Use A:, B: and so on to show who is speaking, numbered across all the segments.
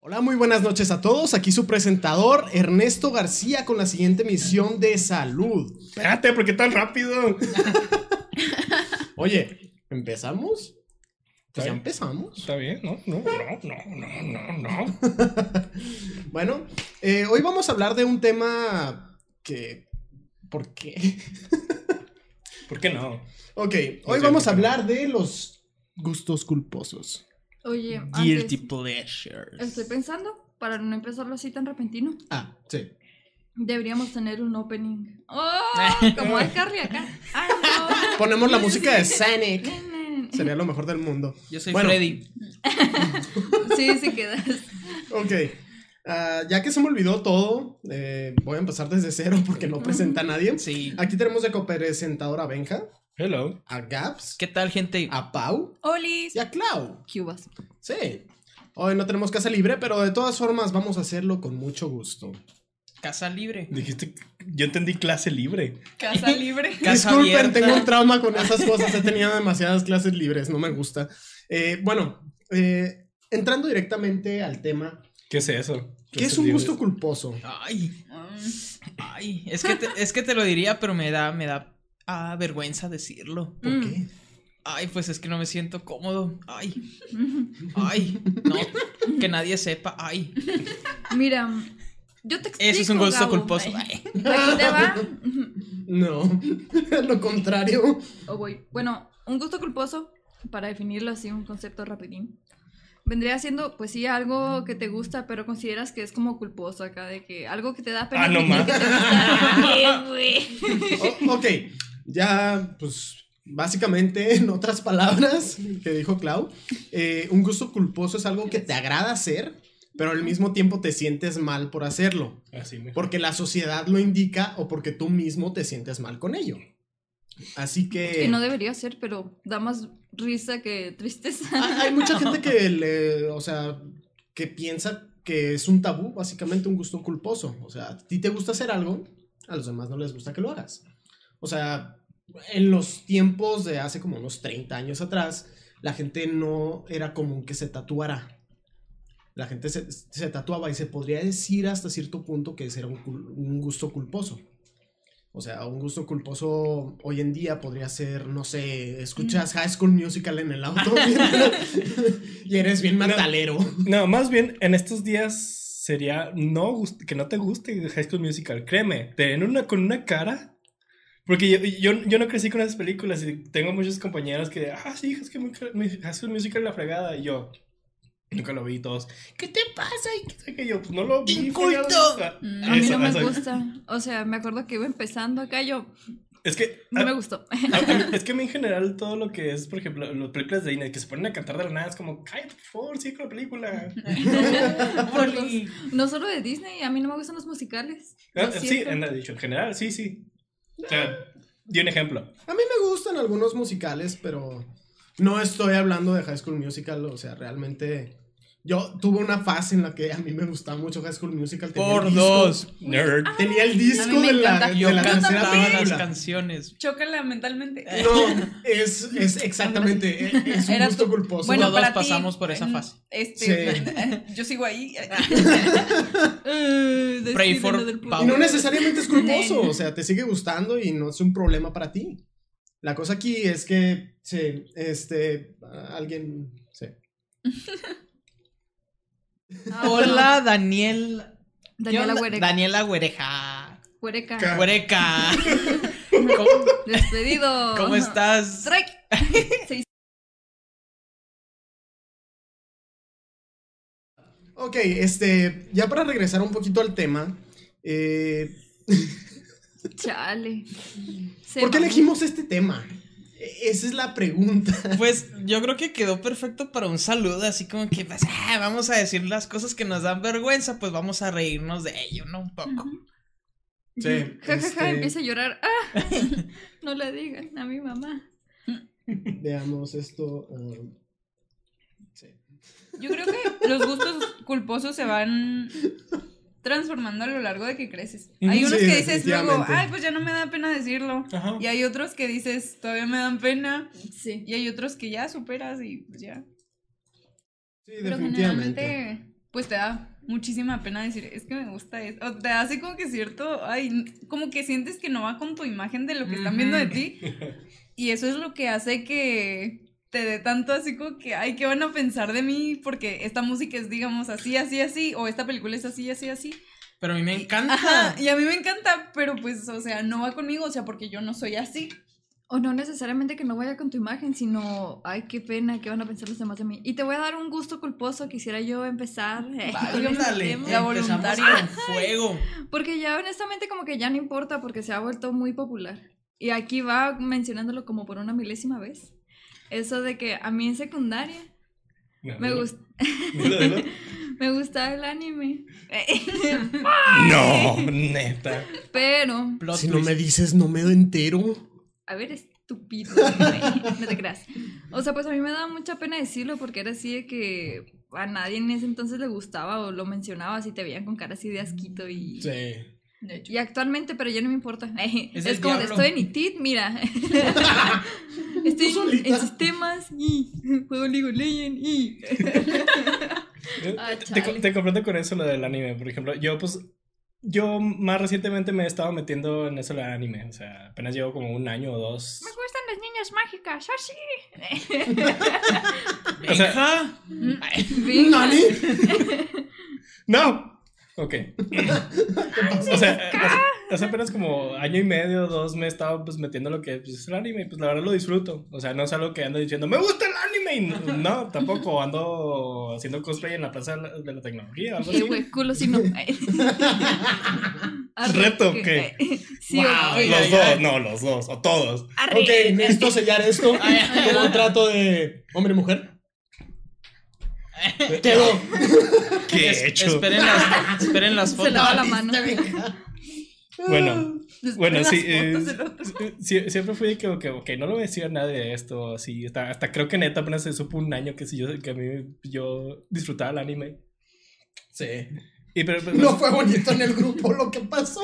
A: Hola, muy buenas noches a todos. Aquí su presentador, Ernesto García, con la siguiente misión de salud.
B: Espérate, ¿por qué tan rápido?
A: Oye, ¿empezamos?
B: Está
A: Pues ya
B: bien.
A: empezamos.
B: Está bien, ¿no? No, no, no, no, no, no.
A: Bueno, eh, hoy vamos a hablar de un tema que... ¿Por qué?
B: ¿Por qué no?
A: Ok, hoy
B: sé,
A: vamos a
B: pero-
A: hablar de los gustos culposos.
C: Oye,
D: Guilty
C: antes,
D: pleasures.
C: estoy pensando, para no empezarlo así tan repentino,
A: Ah, sí.
C: deberíamos tener un opening. ¡Oh! Como hay Carly acá. ¡Ah, ¡Ay, no!
A: Ponemos la música de Sonic.
C: Nen, nen.
A: Sería lo mejor del mundo.
D: Yo soy
A: Bueno.
D: Freddy.
C: Sí, sí quedas.
A: Ok. ah, ya que se me olvidó todo, eh, voy a empezar desde cero porque no presenta a nadie.
D: Sí.
A: Aquí tenemos de copresentadora a Benja,
B: Hello.
A: a Gaps,
D: ¿Qué tal, gente?
A: a Pau
C: ¡Olis!
A: y a Clau.
C: Cubas.
A: Sí. Hoy no tenemos casa libre, pero de todas formas vamos a hacerlo con mucho gusto.
D: Casa libre.
B: Dijiste, que- yo entendí clase libre.
C: Casa libre.
D: Casa
A: Disculpen,
D: abierta.
A: tengo un trauma con esas cosas. He tenido demasiadas clases libres, no me gusta. Eh, bueno, eh, entrando directamente al tema,
B: ¿Qué es eso?
A: ¿qué es un gusto culposo?
D: Ay,
C: Mm,
D: ay. Es que, te, es que te lo diría, pero me da, me da ah, vergüenza decirlo.
A: ¿Por
C: Mm.
A: qué?
D: Ay, pues es que no me siento cómodo. Ay,
C: mm.
D: ay. No, que nadie sepa. Ay,
C: Mira, yo te explico,
D: eso es un gusto
C: Gabo.
D: culposo.
C: Ay,
D: Ay.
C: Aquí te va.
A: No, lo contrario.
C: O voy. Bueno, un gusto culposo, para definirlo así, un concepto rapidín. Vendría siendo, pues sí, algo que te gusta, pero consideras que es como culposo acá, de que algo que te da pena.
B: Ah, no más.
C: Ay, güey.
A: O- ok, ya, pues básicamente, en otras palabras que dijo Clau, eh, un gusto culposo es algo que te agrada hacer, pero al mismo tiempo te sientes mal por hacerlo,
B: Así me.
A: porque la sociedad lo indica o porque tú mismo te sientes mal con ello. Así
C: Que
A: que
C: no debería ser, pero da más risa que
E: Ah,
C: tristeza.
A: hay hay mucha gente que le, o sea, que piensa que es un tabú, básicamente un gusto culposo. O sea, a ti te gusta hacer algo, a los demás no les gusta que lo hagas. O sea, en los tiempos de hace como unos 30 años atrás, la gente no era común que se tatuara. La gente se, se tatuaba y se podría decir hasta cierto punto que ese era un, cul- un gusto culposo. O sea, un gusto culposo hoy en día podría ser, no sé, escuchas High School Musical en el auto y eres bien metalero.
B: No, más bien, en estos días sería no gust- que no te guste High School Musical. Créeme, te ven una, con una cara. Porque yo, yo, yo no crecí con esas películas y tengo muchos compañeros que, ah, sí, High School Musical, High School Musical la fregada. Y yo, nunca lo vi. y Todos, ¿qué te pasa? Y que- que yo, pues no lo vi.
D: ¡Inculto!
B: fregado".
C: Mm, A mí
B: Eso,
C: no me
B: eso.
C: gusta. O sea, me acuerdo que iba empezando acá yo.
B: Es que.
C: No me
B: ah,
C: gustó.
B: A- a mí- es que a mí en general todo lo que es, por ejemplo, las películas de Disney que se ponen a cantar de la nada es como, cállate, por favor, sigue con la película.
D: Oli.
C: No solo de Disney, a mí no me gustan los musicales. Lo
B: Ah, sí,
C: siento.
B: en, dicho, en general, sí, sí. O sea, di un ejemplo.
A: A mí me gustan algunos musicales, pero no estoy hablando de High School Musical. O sea, realmente yo tuve una fase en la que a mí me gustaba mucho High School Musical. tenía el
D: Por
A: disco-
D: dos.
B: Nerd.
A: Tenía el
C: A
A: disco
C: mí me
A: de la,
C: encanta.
A: de
D: Yo
A: la tercera
D: cantaba las
A: película.
D: canciones.
E: Chócala mentalmente.
A: No, es, es exactamente, es- es un
E: Era
A: gusto
E: tu-
A: culposo.
D: Bueno, Todos pasamos por esa
E: mm,
D: fase. Ah.
E: Este,
A: Sí.
E: yo sigo ahí.
C: Eh,
D: Pray for
C: despídelo del
D: Pau.
A: Y no
C: público.
A: necesariamente es culposo, o sea, te sigue gustando y no es un problema para ti. La cosa aquí es que, sí, este, alguien, sí.
C: Ah,
D: Hola, Daniel.
C: Daniela
D: ¿Qué onda?
C: Huereca.
D: Daniela Huereja.
C: Huereca.
D: Huereca. ¿Cómo,
C: Despedido.
D: cómo estás?
C: Strike.
A: Ok, este, ya para regresar un poquito al tema, eh,
C: Chale. Se
A: ¿por qué
C: mamó.
A: elegimos este tema? E- Esa es la pregunta.
D: Pues yo creo que quedó perfecto para un saludo, así como que pues, ah, vamos a decir las cosas que nos dan vergüenza, pues vamos a reírnos de ello, ¿no? Un poco.
A: Sí,
C: Ja, ja, ja,
A: este,
C: empieza a llorar. Ah, no le digan a mi mamá.
A: Veamos esto. um, sí.
E: Yo creo que los gustos culposos se van transformando a lo largo de que creces. Hay
A: Ujú.
E: unos
A: Sí,
E: que dices luego,
A: definitivamente.
E: ay, pues ya no me da pena decirlo.
B: Ajá.
E: Y hay otros que dices, todavía me dan pena.
C: Sí.
E: Y hay otros que ya superas y pues ya.
A: Sí,
E: Pero
A: definitivamente.
E: generalmente, pues te da muchísima pena decir, es que me gusta eso. O te hace como que cierto, ay, n- como que sientes que no va con tu imagen de lo que están viendo de ti. Y eso es lo que hace que te dé tanto así como que, ay, ¿qué van a pensar de mí? Porque esta música es, digamos, así, así, así, o esta película es así, así, así.
D: Pero a mí me encanta.
E: Ajá, y a mí me encanta, pero pues, o sea, no va conmigo, o sea, porque yo no soy así.
C: O no necesariamente que no vaya con tu imagen, sino, ay, qué pena, qué van a pensar los demás de mí. Y te voy a dar un gusto culposo, quisiera yo empezar. eh, con este
D: Ándale,
C: tema.
E: La
D: empezamos
E: voluntaria.
D: con fuego.
C: Porque ya honestamente como que ya no importa porque se ha vuelto muy popular. Y aquí va mencionándolo como por una milésima vez. Eso de que a mí en secundaria me, gust- me gustaba el anime.
B: No, neta.
C: Pero,
D: Plot
A: Si no
D: twist.
A: me dices, no me entero.
C: a ver, estúpido. güey, No te creas. O sea, pues a mí me daba mucha pena decirlo porque era así de que a nadie en ese entonces le gustaba o lo mencionaba así te veían con cara así de asquito y...
B: Sí.
E: De hecho.
C: Y actualmente, pero ya no me importa. Es,
D: Es el
C: como de
D: diablo.
C: estoy en ITIT, mira. estoy en,
A: solita.
C: en sistemas y juego League of Legends y. Ah,
B: te,
C: chale.
B: te comprendo con eso lo del anime, por ejemplo. Yo, pues, yo más recientemente me he estado metiendo en eso del anime. O sea, apenas llevo como un año o dos.
C: Me gustan las niñas mágicas, así.
B: O sea-
D: Benja.
A: ¿Nani?
B: ¡No! Ok. o sea, hace, hace apenas como año y medio, dos, me he estado pues metiendo lo que pues, es el anime. Y pues la verdad lo disfruto. O sea, no es algo que ando diciendo, ¡me gusta el anime! Y no, tampoco. Ando haciendo cosplay en la plaza de la, de la tecnología o algo
C: Eh,
B: así.
C: güey, culo si no. Arre,
B: ¿Reto o
C: que-
B: qué?
C: Sí, o
D: Ay,
B: los
D: ay,
B: dos,
D: ay.
B: no, los dos, o todos.
C: Arre.
A: Ok, necesito sellar esto con un trato de hombre-mujer. Quedó.
B: ¿Qué
D: Es-
B: he hecho?
D: Esperen las, esperen las
C: Se lava
D: fotos.
C: la mano.
B: Bueno,
E: Después
B: bueno,
E: las
B: sí.
E: fotos
B: es-
E: del otro.
B: sí- siempre fui de que, ok, ok, no lo voy a decir a nadie de esto, así. Hasta, hasta creo que neta apenas se supo un año que, si yo, que a mí yo disfrutaba el anime.
A: Sí.
B: Y pero, pero,
A: No fue bonito en el grupo lo que pasó.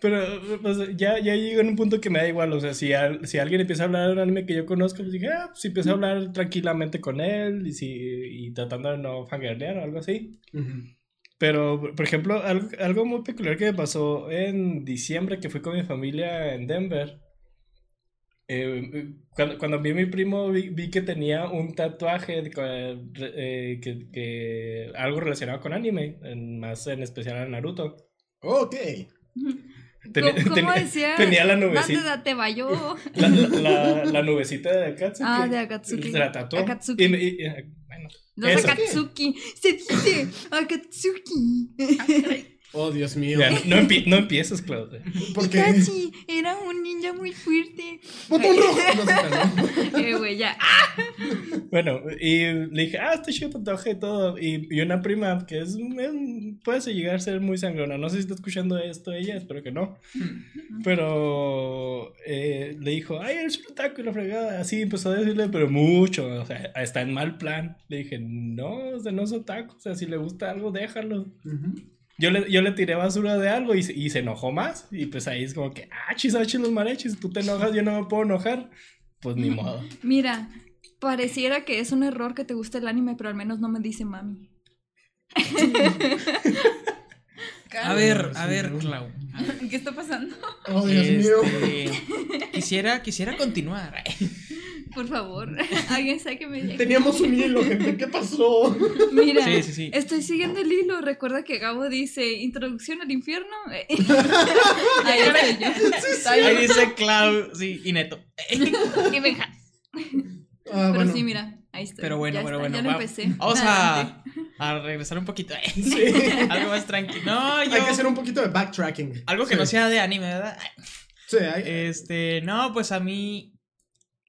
B: pero, pues, ya, ya llego en un punto que me da igual. O sea, si, al- si alguien empieza a hablar de un anime que yo conozco, pues dije, ah, si empiezo a hablar tranquilamente con él y, si, y tratando de no fangardear o algo así. Pero, por ejemplo, algo, algo muy peculiar que me pasó en diciembre, que fui con mi familia en Denver. eh, cuando, cuando vi a mi primo, vi, vi que tenía un tatuaje de co- eh, que, que- algo relacionado con anime, en- más en especial a Naruto.
A: Ok.
B: Tenía-
C: ¿Cómo, cómo
B: tenía-
C: decía?
B: tenía la
C: Date,
B: nubecita,
C: date, bayo.
B: la, la- la nubecita de Akatsuki.
C: Ah, de Akatsuki.
B: Se la tatuó.
C: Akatsuki.
B: Y me- y- y- bueno,
C: No
B: Eso.
C: Akatsuki. Se dice Akatsuki.
B: Ah,
A: Oh, Dios mío.
B: ya, no, empie- no empiezas, Claudia.
A: Porque.
C: Itachi era un ninja muy fuerte.
A: ¡Botón rojo! No sé, perdón.
C: Eh, güey, ya.
B: Bueno, y le dije, ah, este chido tatuaje y todo. Y, y una prima que es, es- puede ser- llegar a ser muy sangrona. No sé si está escuchando esto ella, espero que no.
E: Mm.
B: Pero eh, le dijo, ay, eres un taco y la fregada. Así empezó a decirle, pero mucho. O sea, está en mal plan. Le dije, no, o sea, no es otaku. O sea, si le gusta algo, déjalo. Yo le, yo le tiré basura de algo y, se- y se enojó más. Y pues ahí es como que, ah, chis, ah, chis, los mareches, tú te enojas, yo no me puedo enojar. Pues ni modo.
C: Mira, pareciera que es un error que te guste el anime, pero al menos no me dice mami.
D: A ver, a ver, Clau.
E: pues, ¿Qué está pasando?
A: Oh, Dios mío.
D: Este, Quisiera, quisiera continuar.
C: Por favor, alguien sáqueme de aquí.
A: Teníamos un hilo, gente. ¿Qué pasó?
C: Mira,
D: Sí, sí, sí.
C: estoy siguiendo el hilo. Recuerda que Gabo dice introducción al infierno. Eh,
A: Ah,
C: Ahí estoy yo.
D: Ahí dice Clau, sí, y Neto.
C: Y venga.
A: Ah,
C: Pero
A: bueno.
C: sí, mira, ahí estoy.
D: Pero bueno,
C: Ya
D: pero
C: está,
D: bueno,
C: Ya lo
D: va-
C: empecé.
D: Vamos
C: Adelante.
D: a, a regresar un poquito.
A: Sí.
D: Algo más tranquilo. No, yo.
A: Hay que hacer un poquito de backtracking.
D: Algo que no sea de anime, ¿verdad?
A: Sí, hay- eh,
D: Este, no, pues a mí.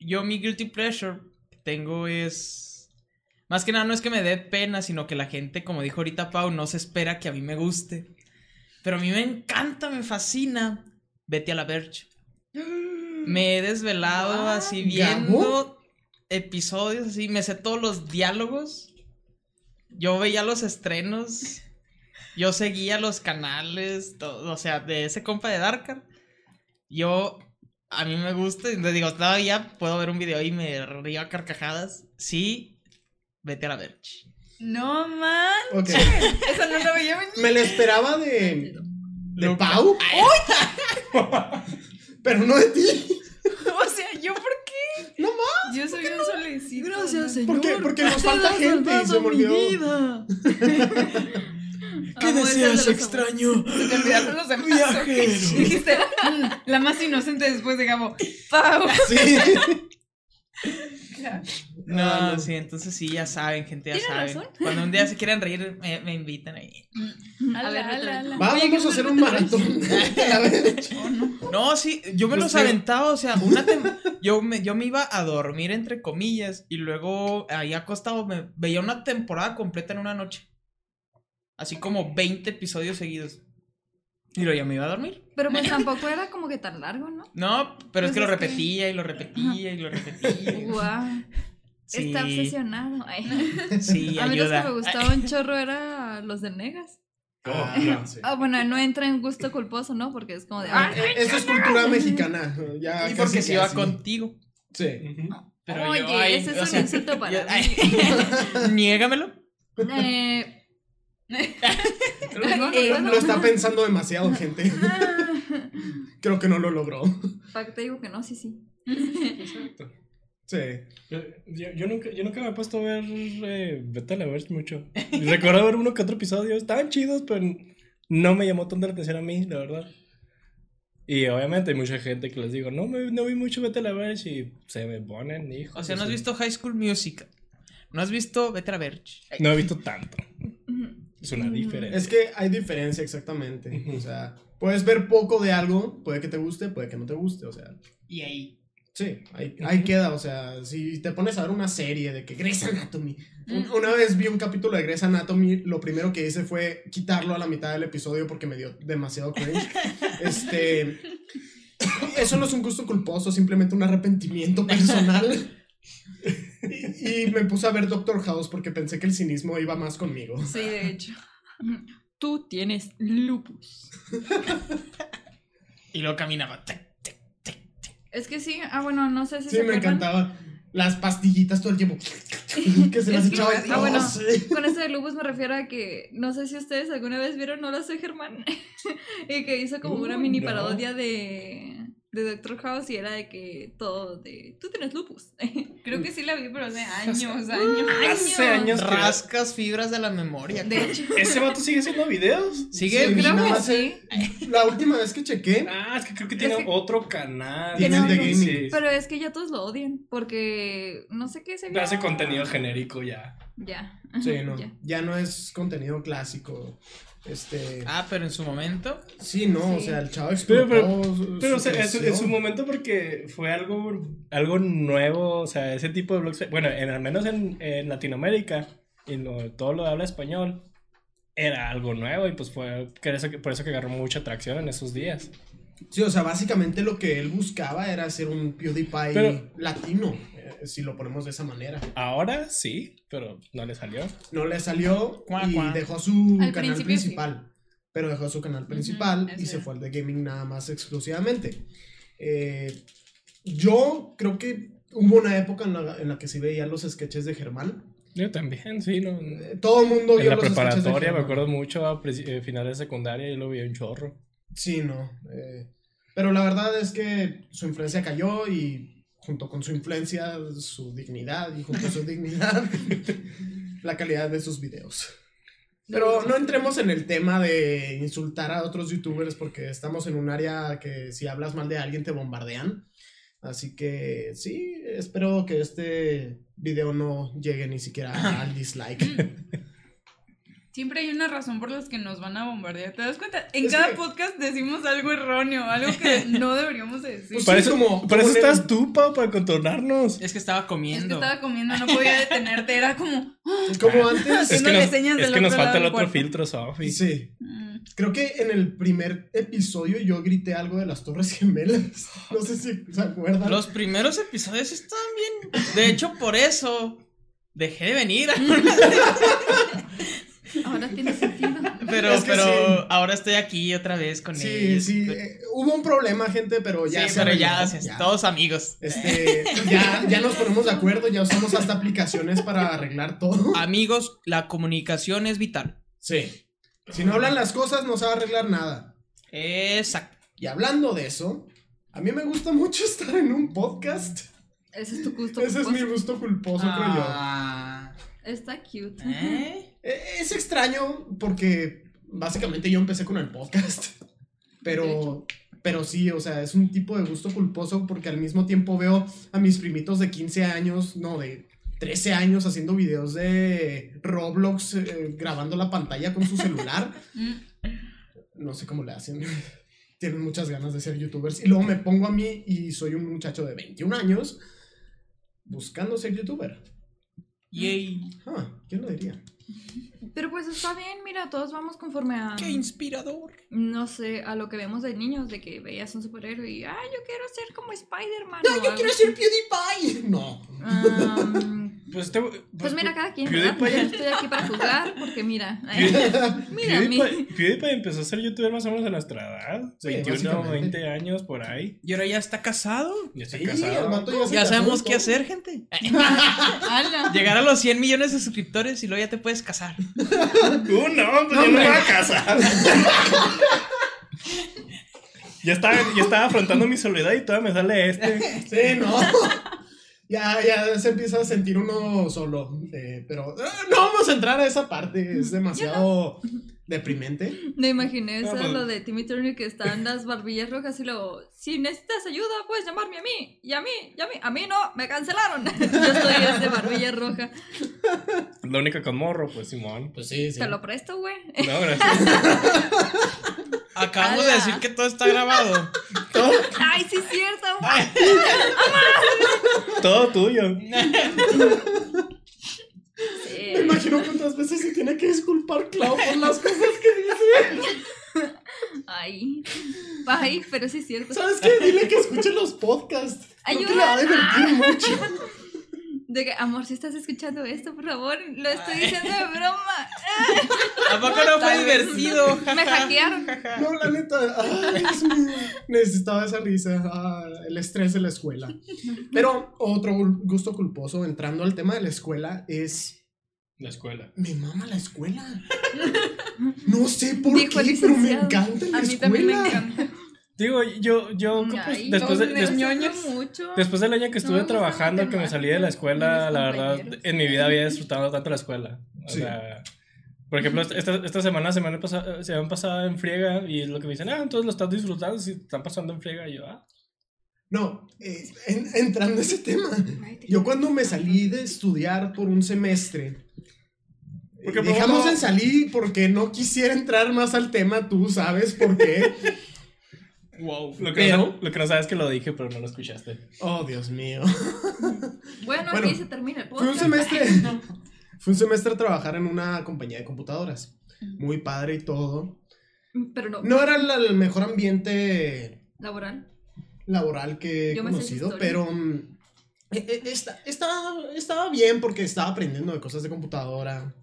D: Yo mi guilty pleasure que tengo es. Más que nada no es que me dé pena, sino que la gente, como dijo ahorita Pau, no se espera que a mí me guste. Pero a mí me encanta, me fascina. Vete a la verge. Me he desvelado
C: What?
D: así
A: ¿Gabo?
D: viendo episodios, así me sé todos los diálogos. Yo veía los estrenos. Yo seguía los canales, todo, o sea, de ese compa de Darkar. Yo, a mí me gusta, y le digo, todavía puedo ver un video y me río a carcajadas. Sí, vete a la verge.
E: No man.
A: Ok.
E: Eso no lo veía venir.
A: Me lo esperaba de. de
D: Luca.
A: Pau. Pero no de ti.
E: O sea, ¿yo por qué?
A: No
E: más. Yo soy un solecito.
C: Gracias,
E: ¿no?
C: señor.
A: ¿Por qué? Porque nos falta
C: has
A: gente y
C: salvado
A: se me
C: mi
A: olvidó.
C: vida.
E: Amo esas de los abuelos. Se te olvidaron los demás. ¿o qué? Dijiste, "Mm, la más inocente después de Gabo. Pau.
A: Sí.
D: No,
A: Ah, no.
D: sí, entonces sí, ya saben, gente, ya
C: Tiene
D: saben.
C: razón.
D: Cuando un día se quieran reír, me, me invitan ahí.
C: A ver, vete, vete.
A: Va,
E: Oye,
A: vamos
E: ¿qué
A: a hacer
E: tal
A: un
E: te
A: maratón. A ver.
D: No, sí, yo me
A: Pues
D: los
A: sí.
D: aventaba, o sea, una tem- yo, me, yo me iba a dormir, entre comillas, y luego ahí acostado me veía una temporada completa en una noche. Así como 20 episodios seguidos. Y luego ya me iba a dormir.
C: Pero pues tampoco era como que tan largo, ¿no?
D: No, pero es
E: Pues
D: que lo
E: es que-
D: repetía y lo repetía y lo repetía.
C: Guau.
D: Sí,
C: Está obsesionado. Ay.
D: Sí,
C: a mí los que
D: ayuda.
C: me gustaba un chorro era los de Negas.
A: Ah, sí.
C: Ah, bueno, no entra en gusto culposo, ¿no? Porque es como de.
A: Ah, eh, Eso es cultura mexicana. Ya
D: Y
A: casi
D: porque se iba
A: casi.
D: contigo.
A: Sí.
B: Ujú.
D: Pero
C: Oye,
D: yo, ay,
C: ese es
D: o
C: un
D: sea,
C: insulto para
D: yo-
C: mí.
D: Niégamelo.
C: Eh,
A: Lo-
C: eh,
A: Lo está pensando demasiado, gente. Creo que no lo logró.
C: ¿Para qué te digo que no? Sí, sí.
B: Exacto.
A: Sí.
B: Yo, yo- yo nunca, yo nunca me he puesto a ver eh, Vete a la Verge mucho. Recuerdo ver uno que otro episodio. Estaban chidos, pero no me llamó tanto la atención a mí, la verdad. Y obviamente hay mucha gente que les digo, no, me, no vi mucho Vete a la Verge y se me ponen, hijo.
D: O sea,
B: de
D: ¿no has
B: su-
D: visto High School Musical? ¿No has visto Better Verge?
B: No he visto tanto. Es una diferencia.
A: Es que hay diferencia exactamente.
B: Ujú.
A: O sea, puedes ver poco de algo, puede que te guste, puede que no te guste. O sea,
D: Y ahí.
A: sí, ahí, ahí queda. O sea, si te pones a ver una serie de que Grey's Anatomy. un- una vez vi un capítulo de Grey's Anatomy, lo primero que hice fue quitarlo a la mitad del episodio porque me dio demasiado cringe. este. Eso no es un gusto culposo, simplemente un arrepentimiento personal. Y, y me puse a ver Doctor House porque pensé que el cinismo iba más conmigo.
E: Sí, de hecho.
C: Tú tienes lupus.
D: Y luego caminaba. tac, tac.
C: Es que sí, ah, bueno, no sé si
A: Sí,
C: se
A: me
C: acuerdan.
A: encantaba. Las pastillitas todo el tiempo. Que se las
C: Es que-
A: echaba.
C: ah,
A: Dios,
C: bueno.
A: sí.
C: Con eso de lupus me refiero a que no sé si ustedes alguna vez vieron Hola soy Germán y que hizo como una
B: Uh,
C: mini
B: no.
C: parodia de, de Doctor House y era de que todo de tú tienes lupus.
E: Creo que sí la vi, pero hace años, años.
B: Hace años que-
D: Rascas fibras de la memoria.
E: De hecho.
B: ¿Ese vato sigue haciendo videos?
D: Sigue.
A: Sí,
C: Creo
A: nada
C: que
A: más
C: sí,
A: La última vez que chequé,
B: Ah, es que creo que tiene
C: Es que-
B: otro canal.
A: Tiene
C: el de
B: Sí,
A: gaming.
B: sí.
C: pero es que ya todos lo odian porque no sé qué se vio.
B: Hace contenido genérico ya.
C: Ya.
A: sí, no,
C: Ya.
A: ya no es contenido clásico. Este,
D: Ah, pero en su momento.
A: sí, no, o
C: sí.
A: sea, el chavo
B: Pero-
A: explotó.
B: pero-
A: su-
B: Pero o
A: su
B: sea, es,
A: creación.
B: es un momento porque fue algo, algo nuevo, o sea, ese tipo de blogs, bueno, en, al menos en, en Latinoamérica, y lo- todo lo de habla español, era algo nuevo y pues fue por eso, que- por eso que agarró mucha atracción en esos días.
A: Sí, o sea, básicamente lo que él buscaba era ser un PewDiePie
B: Pero-
A: latino, eh, si lo ponemos de esa manera.
B: Ahora sí, pero no le salió.
A: No le salió
D: Cuá,
A: y
D: cuá.
A: dejó su canal
E: Al principio sí.
A: principal. Pero dejó su canal principal
E: es
A: y se
E: verdad.
A: fue al de gaming nada más exclusivamente. Eh, yo creo que hubo una época en la, en la que sí veía los sketches de Germán.
B: Yo también, sí, no.
A: Eh, Todo el mundo
B: En
A: vio
B: la
A: los sketches de
B: preparatoria me
A: Germán.
B: acuerdo mucho a princi- eh, finales de secundaria y lo vi un chorro.
A: Sí, no. eh, pero la verdad es que su influencia cayó y junto con su influencia, su dignidad y junto a su dignidad, la calidad de sus videos. Pero no entremos en el tema de insultar a otros youtubers porque estamos en un área que si hablas mal de alguien te bombardean. Así que sí, espero que este video no llegue ni siquiera al dislike.
E: Siempre hay una razón por las que nos van a bombardear. ¿Te das cuenta? En
A: Es
E: cada
A: que-
E: podcast decimos algo erróneo, algo que no deberíamos de decir.
A: Pues
B: Para
A: sí,
B: eso,
A: como-
B: para
A: como
B: eso
A: en el-
B: estás tú, Pau, para contornarnos.
D: Es que estaba
E: Es que
D: comiendo.
E: estaba comiendo, no podía detenerte. Era como.
A: Como antes...
B: Es que
E: Haciéndole
B: nos,
E: señas
B: es
E: del
B: que nos falta
E: otro lado
B: el
E: del
B: otro
E: cuarto.
B: filtro, Sofi.
A: Sí.
E: mm,
A: Creo que en el primer episodio yo grité algo de las Torres Gemelas. No sé si se acuerdan.
D: Los primeros episodios estaban bien. De hecho, por eso dejé de venir. a-
C: Ahora tiene sentido.
D: Pero,
A: Es que
D: pero
A: sí.
D: ahora estoy aquí otra vez con
A: Sí,
D: ellos.
A: sí.
D: Sí,
A: eh, Hubo un problema, gente, pero ya se
D: pero
A: arregló,
D: ya, se-
A: ya.
D: todos amigos.
A: Este, ya, ya nos ponemos de acuerdo, ya usamos hasta aplicaciones para arreglar todo.
D: Amigos, la comunicación es vital.
A: Sí. Si no hablan las cosas, no se va a arreglar nada.
D: Exacto.
A: Y hablando de eso, a mí me gusta mucho estar en un podcast.
C: Ese es tu gusto.
A: Ese es mi gusto culposo, creo yo.
D: Ah,
C: Está cute.
D: ¿eh?
A: Eh, Es extraño porque básicamente yo empecé con el podcast.
C: De
A: Pero, pero sí, o sea, es un tipo de gusto culposo porque al mismo tiempo veo a mis primitos de 15 años, no, de 13 años haciendo videos de Roblox, eh, grabando la pantalla con su celular.
E: Mm.
A: No sé cómo le hacen. Tienen muchas ganas de ser youtubers. Y luego me pongo a mí y soy un muchacho de 21 años buscando ser youtuber.
D: Yay.
A: Ah, ¿Quién lo diría?
C: Pero pues está bien, mira, todos vamos conforme a.
D: Qué inspirador.
C: No sé, a lo que vemos de niños, de que veías un superhéroe y. Ah, yo quiero ser como Spider-Man. o
A: No, yo
C: algo
A: quiero
C: así.
A: ser PewDiePie. No.
C: Am,
B: Pues, este-
C: pues mira, cada quien. ¿verdad? Yo
B: PewDiePie,
C: estoy aquí para jugar porque mira. eh, mira, a mí.
B: PewDiePie- PewDiePie empezó a ser youtuber más o menos a nuestra edad.
A: Sí,
B: 21,
A: básicamente.
B: 20 años por ahí.
D: Y ahora ya está casado.
B: Ya está
A: Pues Sí, el
B: casado.
A: vato ya se
D: Ya
A: casó
D: sabemos
A: y
D: qué
A: todo.
D: hacer, gente.
C: Eh,
E: ¡Hala!
D: Llegar a los 100 millones de suscriptores y luego ya te puedes casar.
B: Uh, no,
A: No,
B: pues yo no me
A: hombre.
B: voy a casar. ya, estaba, ya estaba afrontando mi soledad y todavía me sale este.
A: Sí, no. ya, ya se empieza a sentir uno solo. eh, pero ah, no vamos a entrar a esa parte. Es demasiado deprimente.
C: Me imaginé eso,
B: Ah, pues.
C: lo de Timmy Turner que están las barbillas rojas y lo. Si necesitas ayuda, puedes llamarme a mí. Y a mí, y a mí. A mí no, me cancelaron. Yo soy ese barbilla roja.
B: La única con morro, pues Simón.
A: Pues sí, sí.
C: Te lo presto, güey.
B: No, gracias.
D: Acabamos de
C: Ala.
D: decir que todo está grabado.
C: Ay, sí, es cierto.
B: Todo tuyo.
A: Me
C: Sí.
A: imagino cuántas veces se tiene que disculpar Clau por las cosas que dice.
C: Ay. Ay, pero sí es cierto.
A: ¿Sabes qué? Dile que escuche los podcasts. Creo que le va a divertir mucho.
C: De que, amor, si estás escuchando esto, por favor, lo estoy diciendo de broma.
D: ¿A poco no fue
C: Tal vez.
D: divertido?
C: Me hackearon.
A: No, la neta. ay, Dios mío. Necesitaba esa risa. ah, el estrés de la escuela. Pero otro gu- gusto culposo, entrando al tema de la escuela, es
B: La escuela.
A: Me mama la escuela. No sé por
C: Dijo el
A: qué, pero me
C: licenciado.
A: encanta la
E: A mí
A: escuela.
E: también me encanta.
B: Digo, yo, yo pues,
C: Ay,
B: después, de-
E: no,
B: des-
E: no.
C: ñoños. mucho.
B: después del año que
C: No,
B: estuve
C: no
B: trabajando,
C: estaba
B: que me
C: tan
B: salí
C: mal.
B: de la escuela,
C: Mis
B: la verdad,
C: compañeros.
B: en mi vida había disfrutado tanto la escuela. O
A: Sí.
B: sea, por ejemplo, esta, esta semana se me, han pasado, se me han pasado en friega y es lo que me dicen, ah, entonces lo estás disfrutando, si te están pasando en friega. Y yo, ah,
A: No, eh, en- entrando a ese tema.
C: Ay, te-
A: Yo cuando me salí de estudiar por un semestre,
B: Porque
A: eh,
B: me
A: dejamos
B: gustó.
A: en salir porque no quisiera entrar más al tema, tú sabes por qué.
D: Wow.
B: Lo que,
A: Pero-
B: no, sab- lo que no sabes es que lo dije, pero no lo escuchaste.
A: Oh, Dios mío. Bueno,
C: Bueno, aquí se termina el
A: Fue un
C: podcast.
A: semestre. Fue un semestre a trabajar en una compañía de computadoras. Muy padre y todo.
C: Pero no,
A: No era la- el mejor ambiente
C: laboral.
A: laboral que he
C: Yo me sé esa
A: conocido,
C: historia.
A: pero mm, e- e- esta- estaba, estaba bien porque estaba aprendiendo de cosas de computadora,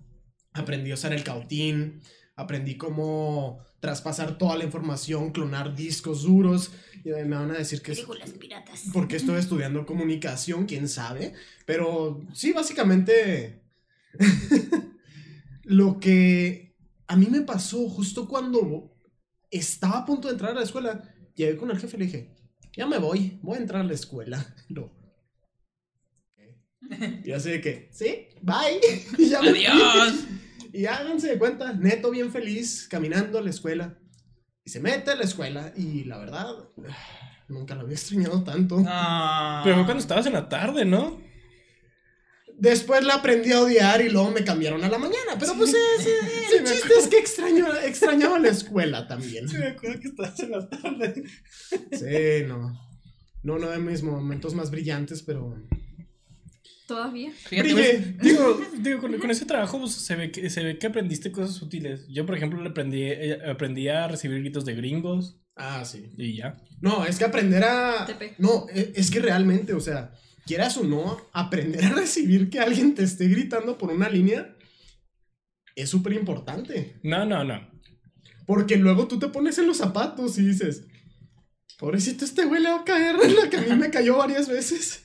A: aprendí a usar el cautín, aprendí cómo traspasar toda la información, clonar discos duros, y me van a decir que es
C: Películas piratas.
A: porque estoy estudiando comunicación, quién sabe, pero sí, básicamente lo que a mí me pasó justo cuando estaba a punto de entrar a la escuela, llegué con el jefe y le dije, ya me voy, voy a entrar a la escuela. No. Y así de que, sí, bye. Y ya me fui.
D: Adiós.
A: Y háganse de cuenta, neto bien feliz, caminando a la escuela. Y se mete a la escuela y la verdad, nunca lo había extrañado tanto.
D: Ah.
B: Pero fue cuando estabas en la tarde, ¿no?
A: Después la aprendí a odiar y luego me cambiaron a la mañana. Pero pues es- es- el chiste es que extraño, extrañaba la escuela también.
B: me acuerdo que estabas en la tarde.
A: Sí, no. No, no de mis momentos más brillantes, pero...
C: Todavía.
D: Fíjate,
A: Brille.
D: pues,
B: Digo, digo con, con ese trabajo pues, se, ve que, se ve que aprendiste cosas útiles. Yo, por ejemplo, le aprendí, eh, aprendí a recibir gritos de gringos
A: Ah, sí.
B: y ya.
A: No, es que aprender a...
C: Tepe.
A: No, e- es que realmente, o sea, quieras o no, aprender a recibir que alguien te esté gritando por una línea es súper importante.
B: No, no, no.
A: Porque luego tú te pones en los zapatos y dices, pobrecito este güey le va a caer la que a mí me cayó varias veces.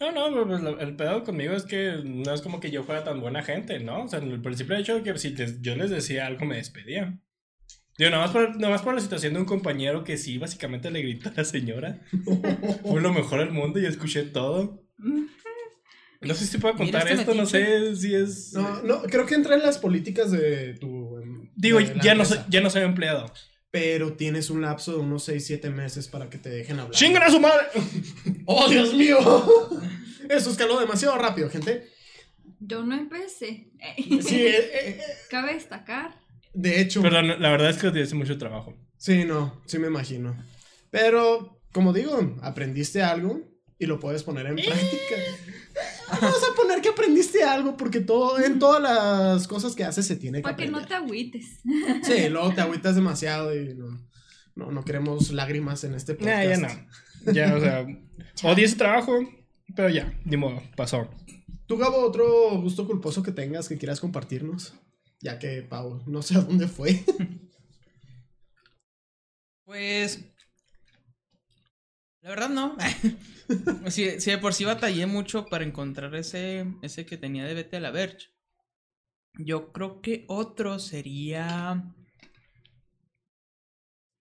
B: No, no, pero, pues, lo- el pedo conmigo es que no es como que yo fuera tan buena gente, ¿no? O sea, en el principio de hecho de que si les- yo les decía algo me despedía. Digo, nada más, por, nada más por la situación de un compañero que sí, básicamente le gritó a la señora. Fue lo mejor del mundo y escuché todo. No sé si puedo
D: Mira
B: contar
D: este
B: esto, no sé si es...
A: No, no, creo que entra en las políticas de tu... em,
B: Digo,
A: de la
B: ya no, soy,
A: empresa.
B: ya no soy empleado.
A: Pero tienes un lapso de unos 6, 7 meses para que te dejen hablar.
B: ¡Chingan a su madre!
A: ¡Oh, Dios mío! Eso escaló demasiado rápido, gente.
C: Yo no empecé.
A: Sí, eh, eh, eh,
C: Cabe destacar.
A: de hecho...
B: Pero la, la verdad es que hace mucho trabajo.
A: Sí, no, sí me imagino. Pero, como digo, aprendiste algo y lo puedes poner
B: Eh.
A: en práctica. Vamos a poner que aprendiste algo porque todo, en todas las cosas que haces se tiene que
C: Para que
A: aprender.
C: no te agüites.
A: Sí, luego te agüitas demasiado y no, no, no queremos lágrimas en este
B: Nah,
A: podcast.
B: ya no. Ya, o sea, odié ese trabajo, pero ya, ni modo, pasó.
A: Tú, Gabo, otro gusto culposo que tengas que quieras compartirnos. Ya que Pau, no sé a dónde fue.
D: Pues. La verdad, no. si, si de por sí batallé mucho para encontrar ese, ese que tenía de Vete a la Verge. Yo creo que otro sería.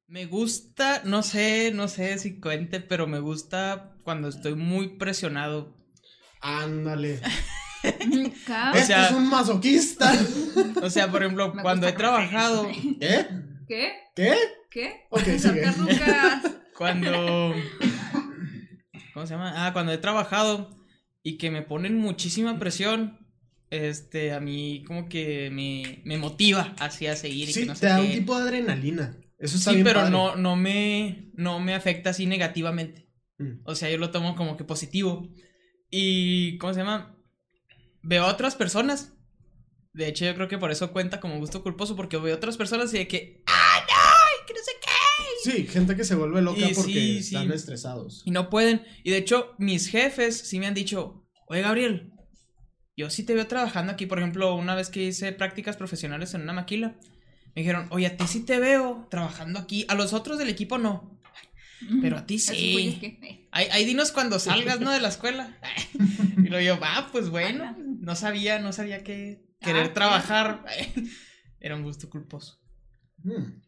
D: Me gusta, no sé, no sé si cuente, pero me gusta cuando estoy muy presionado.
A: Ándale.
C: Cabe.
A: Este
D: Ah. sea-
A: es un masoquista.
D: O sea, por ejemplo,
C: Me
D: cuando he
C: gusta
D: trabajado,
A: ¿Qué?
C: ¿Qué?
A: ¿Qué?
C: ¿Qué?
A: Ok, sigue.
C: Sacar rucas.
D: cuando. ¿Cómo se llama? Ah, cuando he trabajado y que me ponen muchísima presión, este, a mí como que me, me motiva hacia seguir y que
A: Sí,
D: no sé
A: te da
D: qué.
A: un tipo de adrenalina. Eso está
D: Sí,
A: bien
D: pero
A: padre.
D: no, no me, no me afecta así negativamente.
A: Mm.
D: O sea, yo lo tomo como que positivo. Y, ¿cómo se llama? Veo a otras personas. De hecho, yo creo que por eso cuenta como gusto culposo, porque veo a otras personas y de que, ¡ay, no! y que no sé qué!
A: Sí, gente que se vuelve loca
D: Y
A: porque
D: sí, sí.
A: están estresados.
D: Y no pueden. Y de hecho, mis jefes sí me han dicho, oye Gabriel, yo sí te veo trabajando aquí. Por ejemplo, una vez que hice prácticas profesionales en una maquila, me dijeron, oye, a ti sí te veo trabajando aquí. A los otros del equipo no. Pero a ti
C: Esos
D: sí.
C: güeyes que- eh.
D: Ahí, ahí dinos cuando salgas, ¿no? De la escuela. y luego yo, va, pues bueno. No sabía, no sabía que querer
C: Ah,
D: trabajar era un gusto culposo.
A: Mm.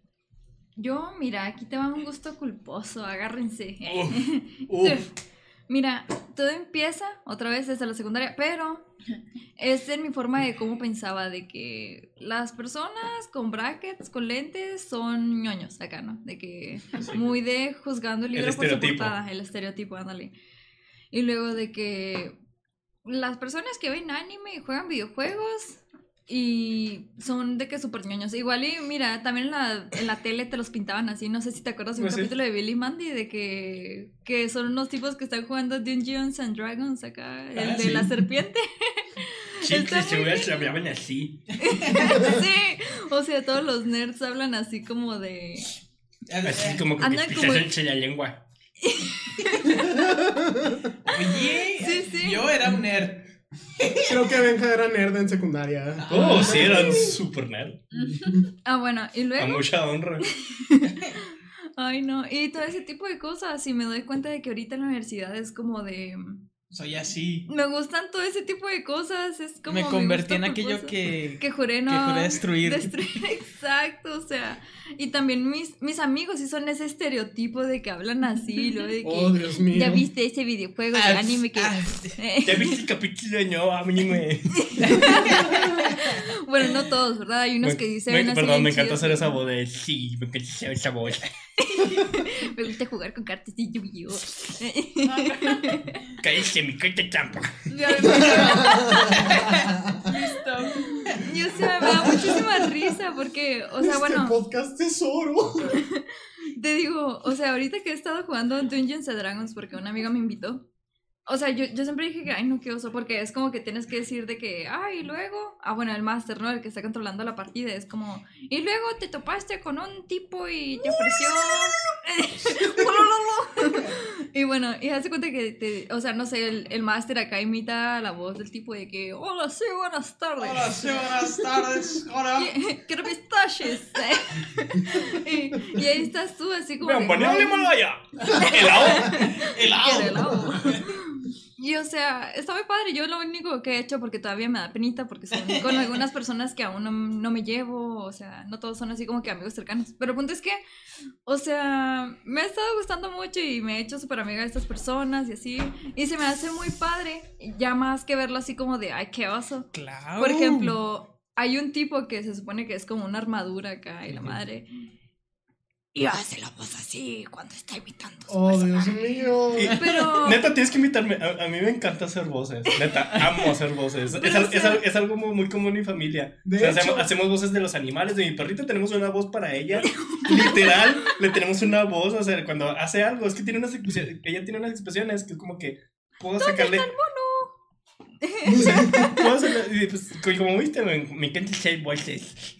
C: Yo, mira, aquí te va un gusto culposo. Agárrense.
A: Uf.
C: Mira, todo empieza otra vez desde la secundaria, pero es en mi forma de cómo pensaba, de que las personas con brackets, con lentes, son ñoños acá, ¿no? De que muy de juzgando el
B: El
C: libro por su
B: estereotipo.
C: portada, el estereotipo, ándale. Y luego de que las personas que ven anime y juegan videojuegos y son de que súper ñoños. Igual y mira, también en la, en la tele te los pintaban así, no sé si te acuerdas de un
B: Pues sí.
C: capítulo de Billy Mandy de que, que son unos tipos que están jugando Dungeons and Dragons acá, el
B: Ah,
C: de
B: sí.
C: la serpiente. Está muy bien.
B: se hablaban así.
C: sí, o sea, todos los nerds hablan así como de
B: Así como que
C: Andan
B: te
C: como-
B: pisas entre la lengua.
D: Oye,
C: Sí, sí.
D: yo era un nerd.
A: Creo que Benja era nerd en secundaria.
B: Oh, sí, eran super nerd.
C: Ah, bueno, y
B: A
C: luego
B: mucha honra.
C: Ay, no, y todo ese tipo de cosas, y me doy cuenta de que ahorita en la universidad es como de...
D: Soy así.
C: Me gustan todo ese tipo de cosas, es como...
D: me
C: mi
D: convertí en
C: gusto
D: aquello
C: culposo.
D: que, que
C: Que juré no...
D: juré destruir.
C: destruir, exacto, o sea... Y también mis, mis amigos sí son ese estereotipo de que hablan así, y luego de que...
A: Oh, Dios mío.
C: ya viste ese videojuego de
D: Ah,
C: anime que...
D: ah,
B: ¿Ya viste el capítulo de Ño Anime?
C: bueno, no todos, ¿verdad? Hay unos
B: Me-
C: que dicen...
B: me-
C: así
B: Perdón,
C: bien
B: me encanta
C: chidos
B: hacer
C: de-
B: esa voz de sí, me encanta hacer esa voz.
C: Me gusta jugar con cartas de Yu-Gi-Oh!
B: Cállese, mi cuenta trampa.
C: Y o sea, me da muchísima risa porque, o sea,
A: este
C: bueno...
A: podcast tesoro.
C: Te digo, o sea, ahorita que he estado jugando Dungeons and Dragons porque una amiga me invitó. O sea, yo, yo siempre dije que, ay, no, qué oso, porque es como que tienes que decir de que, ay, y luego, ah, bueno, el máster, ¿no? El que está controlando la partida, es como, y luego te topaste con un tipo y te ofreció... Y bueno, y hace cuenta que, te- o sea, no sé, el, el máster acá imita la voz del tipo de que, hola, sí, buenas tardes.
D: Hola, sí, buenas tardes. Hola.
C: "Qui- Quiero pistaches. y, y ahí estás tú, así como.
B: Vean,
C: que,
B: ponle
C: "Ay,
B: un Himalaya. Helado.
C: quiero helado". Y o sea, está muy padre. Yo lo único que he hecho, porque todavía me da penita, porque son con algunas personas que aún no, no me llevo, o sea, no todos son así como que amigos cercanos. Pero el punto es que, o sea, me ha estado gustando mucho y me he hecho súper amiga de estas personas y así. Y se me hace muy padre, ya más que verlo así como de, ay, qué oso.
D: Claro.
C: Por ejemplo, hay un tipo que se supone que es como una armadura acá y la madre. Y hace la voz así cuando está imitando. a su
A: Oh, Dios
C: personaje.
A: mío.
B: Y-
C: Pero.
B: Neta, tienes que invitarme. A, a mí me encanta hacer voces. Neta, amo hacer voces. Es,
C: Pero,
B: al-
C: o sea-
B: es al- es algo muy, muy común en mi familia.
A: De
B: O sea,
A: hecho.
B: hacemos, hacemos voces de los animales. De mi perrita tenemos una voz para ella. Literal, le tenemos una voz. O sea, cuando hace algo, es que tiene unas, expresi- ella tiene unas expresiones que es como que puedo sacarle. puedo sacarle- y pues, co- como viste, me, me encanta hacer voces.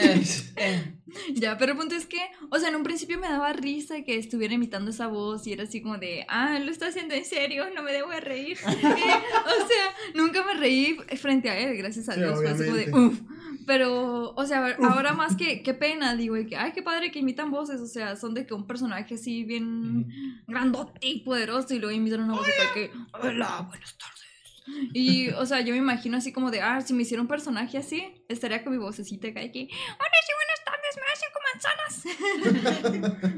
D: Eh, eh.
C: Ya, pero el punto es que, o sea, en un principio me daba risa que estuviera imitando esa voz y era así como de, ah, lo está haciendo en serio, no me debo de reír. Y, o sea, nunca me reí frente a él, gracias a
A: Sí,
C: Dios. Fue así como de,
A: obviamente.
C: uff. Pero, o sea, ahora- ahora más que, qué pena, digo, y que, ay, qué padre que imitan voces, o sea, son de que un personaje así bien grandote y poderoso y luego imitan una voz acá que, hola, buenas tardes. Y, o sea, yo me imagino así como de, ah, si me hiciera un personaje así, estaría con mi vocecita acá y que, hola, sí, buenas tardes, me hacen como manzanas.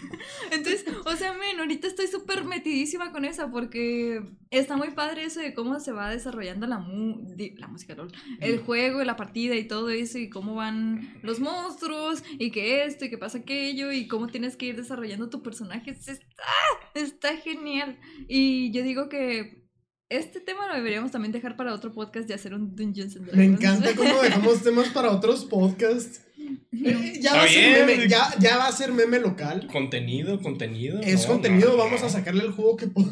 C: Entonces, o sea, men, ahorita estoy súper metidísima con esa porque está muy padre eso de cómo se va desarrollando la, mu- di- la música, lol, el juego, la partida y todo eso y cómo van los monstruos y que esto y que pasa aquello y cómo tienes que ir desarrollando tu personaje. Es- Está, está genial. Y yo digo que... Este tema lo deberíamos también dejar para otro podcast de hacer un Dungeons and
A: Me
C: Dragons.
A: encanta cómo dejamos temas para otros podcasts. Eh, ya, va a
B: Está
A: ser
B: bien.
A: meme, ya, ya va a ser meme local.
B: Contenido, contenido.
A: Es
B: no,
A: contenido,
B: no,
A: vamos
B: no.
A: a sacarle el juego que po-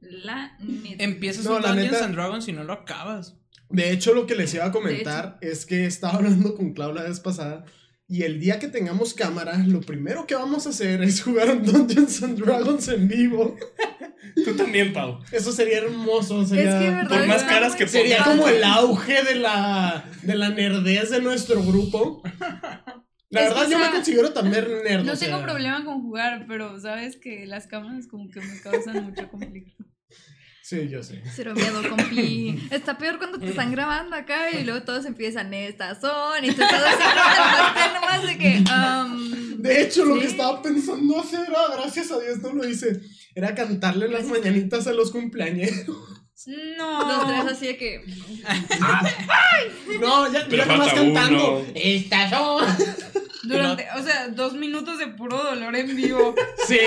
C: La
B: Em,
C: neta.
D: Empiezas
A: No,
D: un
A: la
D: Dungeons
A: neta-
D: and Dragons y no lo acabas.
A: De hecho, lo que les iba a comentar es que estaba hablando con Clau la vez pasada. Y el día que tengamos cámara, lo primero que vamos a hacer es jugar un Dungeons and Dragons en vivo.
B: Tú también, Pau.
A: Eso sería hermoso.
C: Es que,
A: Sería,
C: de verdad,
B: por más
C: está
B: caras
C: muy
B: que
A: sería
B: pongas.
C: padre.
A: como el auge de la, de la nerdez de nuestro grupo. La
E: Es que,
A: verdad,
E: o
A: yo me
E: sea,
A: considero también nerd.
E: No
A: o
E: tengo
A: sea,
E: problema con jugar, pero sabes que las cámaras como que me causan mucho conflicto.
A: Sí, yo sé.
C: Cero miedo, compi. Está peor cuando te están grabando acá y luego todos empiezan "Eh, estas son y tú estás así grabando nomás de que. um, am,
A: De hecho, lo
C: Sí.
A: que estaba pensando hacer, ah, gracias a Dios no lo hice, era cantarle las mañanitas a los cumpleañeros.
E: No.
C: los tres así de que.
A: No, ya,
B: Pero
A: ya nomás
B: falta uno.
A: cantando. Estas son.
E: Durante, o sea, dos minutos de puro dolor en vivo.
A: Sí.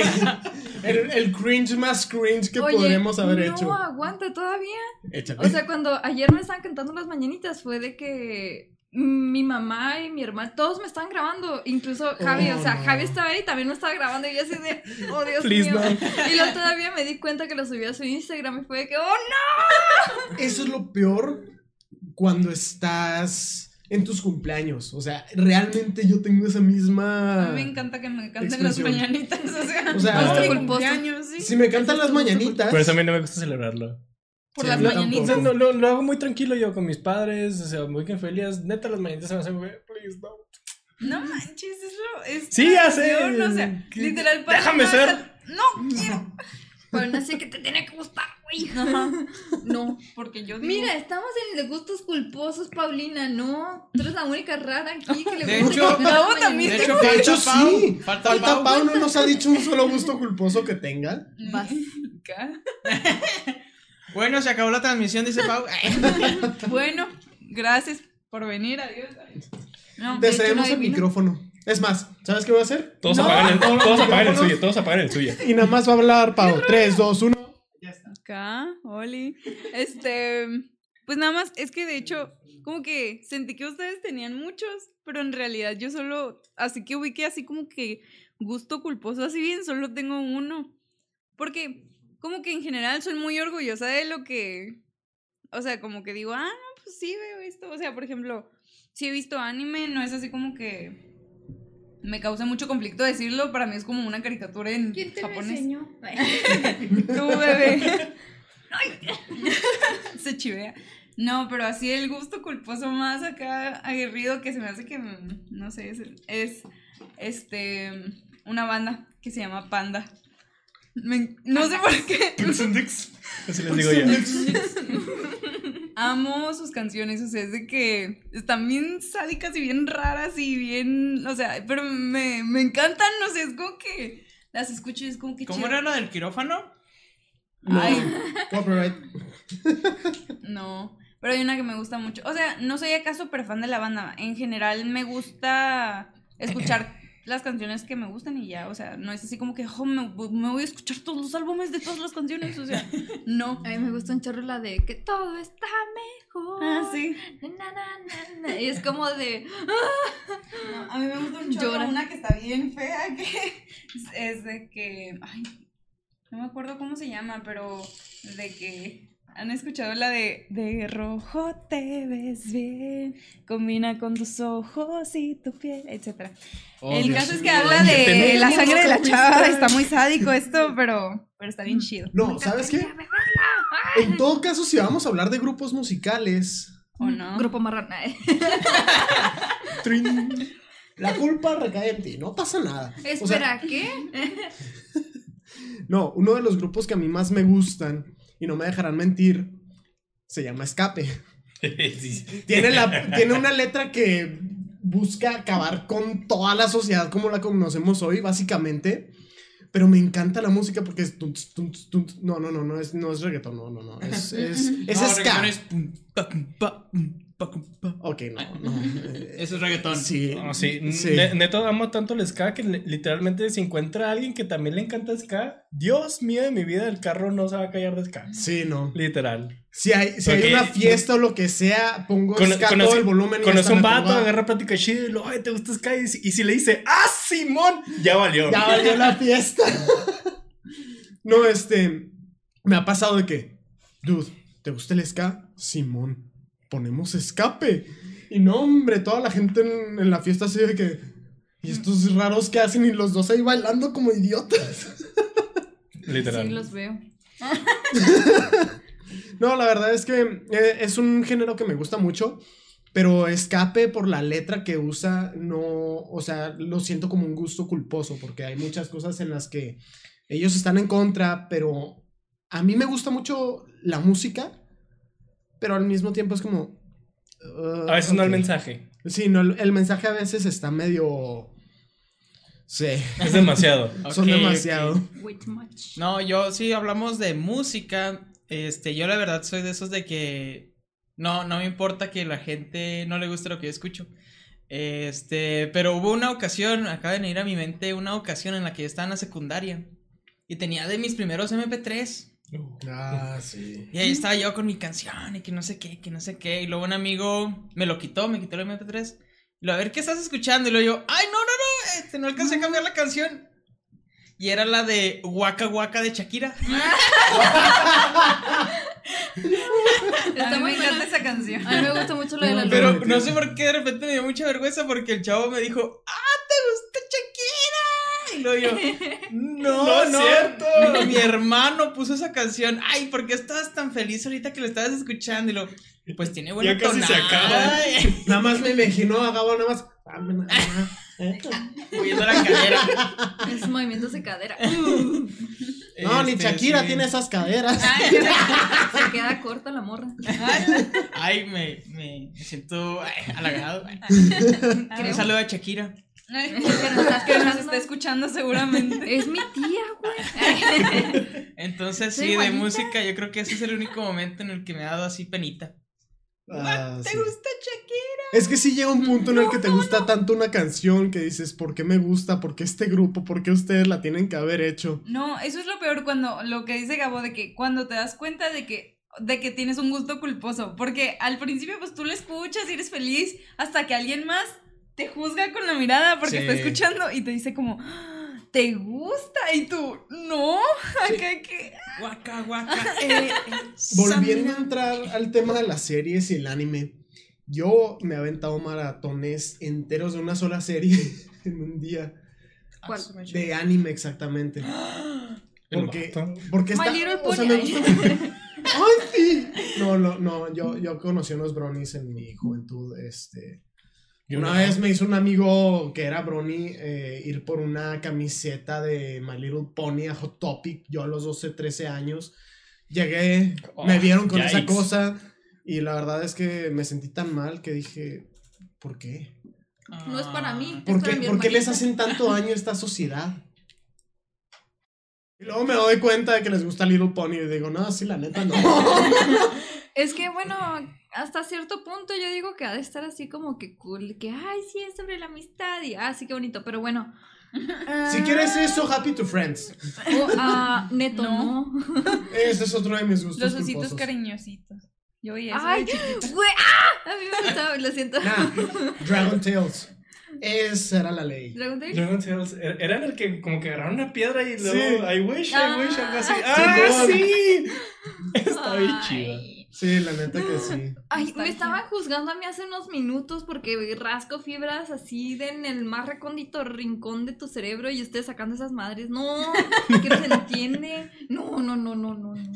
A: El, el cringe más cringe que
C: oye,
A: podríamos haber
C: no,
A: hecho.
C: aguanta todavía.
A: Échale.
C: O sea, cuando ayer me estaban cantando las mañanitas fue de que. Mi mamá y mi hermana, todos me estaban grabando, incluso Javi,
A: Oh,
C: o sea,
A: no.
C: Javi estaba ahí, también me estaba grabando y yo así de, oh Dios
A: Please,
C: mío.
A: no.
C: Y luego todavía me di cuenta que lo subí a su Instagram y fue de que, oh
A: Eso es lo peor cuando estás en tus cumpleaños. O sea, realmente yo tengo esa
E: A
A: misma.
E: mí me encanta que me canten
A: Ah, Expresión.
E: las mañanitas. O sea,
A: O sea,
E: es mi
A: culposo.
E: cumpleaños, sí.
A: Si me cantan las mañanitas.
B: Por eso a mí no me gusta celebrarlo.
E: Por
A: Sí,
E: las
A: yo
B: O
E: mañanitas.
B: sea, no, lo, lo hago muy tranquilo yo con mis padres, o sea, muy feliz. Neta, las mañanitas se me hacen, güey, please, no.
E: No manches, es lo. Es
B: Sí, ya sé.
E: canción, O sea,
B: ¿Qué?
E: literal para.
B: Déjame
E: no,
B: ser.
E: esa- No quiero.
C: Pero no sé que te tiene que gustar, güey.
E: No, porque yo digo.
C: Mira, estamos en los gustos culposos, Paulina, ¿no? Tú eres la única rara aquí que le
D: De
C: gusta
D: hecho-
C: cantar las
E: Luego también
C: mañanitas.
E: te-
D: hecho,
A: De
D: falta
A: hecho,
D: Pau,
A: sí.
D: falta Pau.
A: Falta Pau no nos ha dicho un solo gusto culposo que tenga.
C: Vas.
D: Bueno, se acabó la transmisión, dice Pau. Eh,
E: Bueno, gracias por venir, adiós. No,
A: Te
E: es Ah, que no
A: cedemos el
E: adivino.
A: micrófono. Es más, ¿sabes qué voy a hacer?
B: Todos
A: No.
B: apagan el, todos apagan el
A: vámonos.
B: suyo, todos apagan el suyo.
A: Y nada más va a hablar Pau. 3, 2, 1.
E: Acá, Oli. Este, pues nada más, es que de hecho, como que sentí que ustedes tenían muchos, pero en realidad yo solo, así que ubiqué así como que gusto culposo, así bien, solo tengo uno. Porque como que en general soy muy orgullosa de lo que, o sea, como que digo, ah, no, pues sí veo esto. O sea, por ejemplo, si he visto anime, no es así como que... me causa mucho conflicto decirlo, para mí es como una caricatura en
C: ¿Quién te lo
E: japonés.
C: enseñó?
E: Tú, bebé. se chivea. No, pero así el gusto culposo más acá aguerrido que se me hace que, mm, no sé, es, es, este, una banda que se llama Panda. Me- no sé por qué.
B: Pixundix. Así les digo yo.
E: Amo sus canciones, o sea, es de que están bien sádicas y bien raras y bien, o sea, pero me, me encantan, no sé, es como que las escucho y es como que
D: ¿Cómo
E: chido.
D: era la del quirófano?
A: No,
E: Ay.
A: copyright.
E: No, pero hay una que me gusta mucho. O sea, no soy acá súper fan de la banda. En general me gusta escuchar las canciones que me gustan y ya. O sea, no es así como que "Oh, me, me voy a escuchar todos los álbumes de todas las canciones. O sea, no.
C: A mí me gusta un chorro la de que todo está mejor.
E: Ah, sí.
C: Na, na, na, na. Y es como de.
E: a mí me gusta un chorro
C: Llora.
E: una que está bien fea, que es de que, ay, no me acuerdo cómo se llama, pero de que han escuchado la de de rojo te ves bien, combina con tus ojos y tu piel, etcétera. El caso es que habla de
B: Tenemos
E: la sangre de la
B: que
E: chava,
B: buscar.
E: está muy sádico esto, pero pero está bien chido.
A: No, ¿sabes qué? En todo caso, si vamos a hablar de grupos musicales,
E: ¿O no?
C: Mm. Grupo marrana.
A: trin, la culpa recae en ti, no pasa nada. O sea,
C: Espera, ¿qué?
A: No, uno de los grupos que a mí más me gustan, y no me dejarán mentir, se llama Escape.
B: Sí.
A: Tiene, la, tiene una letra que busca acabar con toda la sociedad como la conocemos hoy, básicamente. Pero me encanta la música porque es... tunts, tunts, tunts. No, no, no, no es, no es reggaetón, no, no, no. Es, es, es
D: No,
A: ska.
D: reggaetón es pum, pa, pum, pa, pum, pa, pum, pa.
A: Ok, no, no. eh,
D: Eso es reggaetón.
A: Sí,
B: No, sí.
A: sí.
B: Ne- Neto amo tanto el ska que li- literalmente si encuentra a alguien que también le encanta ska, Dios mío de mi vida, el carro no se va a callar de ska.
A: Sí, no.
B: Literal.
A: Si hay, si hay
B: Ok.
A: una fiesta o lo que sea, pongo
B: Cono-
A: ska,
B: conoce-
A: todo el volumen. y
B: Conoce
A: hasta
B: un
A: me
B: vato,
A: pongo a-
B: agarra plática chida y lo, ay, ¿te gusta ska? Y si, y si le dice, ¡ah, Simón! Ya valió.
A: Ya valió la fiesta. no, este. Me ha pasado de que. Dude, ¿te gusta el ska? Simón, ponemos escape. Y no, hombre, toda la gente en, en la fiesta así de que. Y estos raros que hacen y los dos ahí bailando como idiotas.
B: Literal.
C: Sí, los veo.
A: No, la verdad es que eh, es un género que me gusta mucho. Pero escape por la letra que usa, no, o sea, lo siento como un gusto culposo, porque hay muchas cosas en las que ellos están en contra, pero a mí me gusta mucho la música, pero al mismo tiempo es como... uh,
B: A veces no
A: ok.
B: el mensaje.
A: Sí, no, el, el mensaje a veces está medio... Sí,
B: Es demasiado.
A: son
D: Ok, ok.
A: demasiado.
C: Wait much.
D: No, yo sí hablamos de música. Este, yo la verdad soy de esos de que no, no me importa que la gente no le guste lo que yo escucho. Este, pero hubo una ocasión, acaba de venir a mi mente una ocasión en la que yo estaba en la secundaria y tenía de mis primeros MP3.
A: Ah, sí.
D: Y ahí estaba yo con mi canción y que no sé qué, que no sé qué. Y luego un amigo me lo quitó, me quitó el MP3. Y luego, a ver, ¿qué estás escuchando? Y luego yo, ay, no, no, no, este, no alcancé a cambiar la canción. Y era la de Waka Waka de Shakira.
E: A
C: Está
E: mí me
C: muy
E: encanta
C: buena.
E: esa canción.
C: A mí me gusta mucho lo de la luna.
D: Pero no sé por qué de repente me dio mucha vergüenza porque el chavo me dijo, ah, te gusta Shakira. Y luego yo, no,
B: No
D: no,
B: es cierto.
D: Mi hermano puso esa canción. Ay, ¿por qué estabas tan feliz ahorita que la estabas escuchando? Y lo, pues tiene buena
B: Ya casi se acaba.
D: tonada.
A: Nada más me imagino a Gabo, nada más... "Ah, me- ah, eh".
D: Moviendo la cadera.
C: Es movimientos de cadera.
A: No, ni
D: Este,
A: Shakira
D: sí.
A: tiene esas caderas.
C: Ah, Se queda corta la morra.
D: Ay, me, me me siento ay, halagado. ay. Un
E: Creo.
D: saludo a Shakira.
E: Que nos- que nos está escuchando seguramente.
C: Es mi tía, güey.
D: Entonces,
C: Soy
D: sí, de
C: igualita.
D: música, yo creo que ese es el único momento en el que me ha dado así penita.
A: Ah,
D: ¿Te
A: sí.
D: gusta Shakira?
A: Es que sí llega un punto en el que te gusta tanto una canción que dices, ¿por qué me gusta? ¿Por qué este grupo? ¿Por qué ustedes la tienen que haber hecho?
E: No, eso es lo peor cuando lo que dice Gabo de que cuando te das cuenta de que de que tienes un gusto culposo, porque al principio pues tú lo escuchas y eres feliz hasta que alguien más te juzga con la mirada porque
B: Sí.
E: está escuchando y te dice como "Ah, te gusta y tú no, acá que
D: Guaca, guaca. eh, eh,
A: Volviendo a
D: Samira.
A: entrar al tema de las series y el anime, yo me he aventado maratones enteros de una sola serie. en un día.
C: ¿Cuál?
D: Ah, su mecha.
A: De anime, exactamente.
B: El
A: Porque,
B: vato.
A: porque
C: My
A: está.
C: Little
A: o sea,
C: Pony.
A: me gusta- ¡Ay, sí! No, no, no. Yo, yo conocí unos bronies en mi juventud. Este.
B: Yo
A: una
B: no.
A: vez me hizo un amigo que era Brony eh, ir por una camiseta de My Little Pony a Hot Topic, yo a los 12, 13 años. Llegué,
B: Oh,
A: me vieron con esa
B: yikes.
A: cosa y la verdad es que me sentí tan mal que dije, ¿por qué?
C: No es para mí.
A: ¿Por
C: Es para
A: qué,
C: mi
A: por qué les
C: hermanita.
A: hacen tanto daño a esta sociedad? Y luego me doy cuenta de que les gusta Little Pony y digo, no, sí, la neta no.
C: Es que bueno, hasta cierto punto yo digo que ha de estar así como que cool, que ay, sí, es sobre la amistad y ah, sí, qué bonito, pero bueno. Ah,
A: si quieres eso, happy to friends.
C: O, ah, neto, no.
E: No.
A: Ese es otro de mis gustos.
E: Los ositos
A: culposos.
E: cariñositos. Yo oía eso.
C: Ay,
E: de chiquita.
C: güey, ¡ah! A mí me gustaba, lo siento.
A: Nah, Dragon Tales. Esa era la ley.
C: Dragon Tales.
B: Dragon Tales, er- era en el que como que agarraron una piedra y luego
A: Sí.
B: I wish,
C: Ah.
B: I wish, algo así.
A: Simón.
B: ¡Ah, sí! Está bien
C: Ay.
B: chida.
A: Sí, la neta que sí.
C: Ay, me
E: Nostalgia.
C: estaban juzgando a mí hace unos minutos porque rasco fibras así de en el más recóndito rincón de tu cerebro y ustedes sacando esas madres. No, que no se entiende. No, no, no, no, no, no.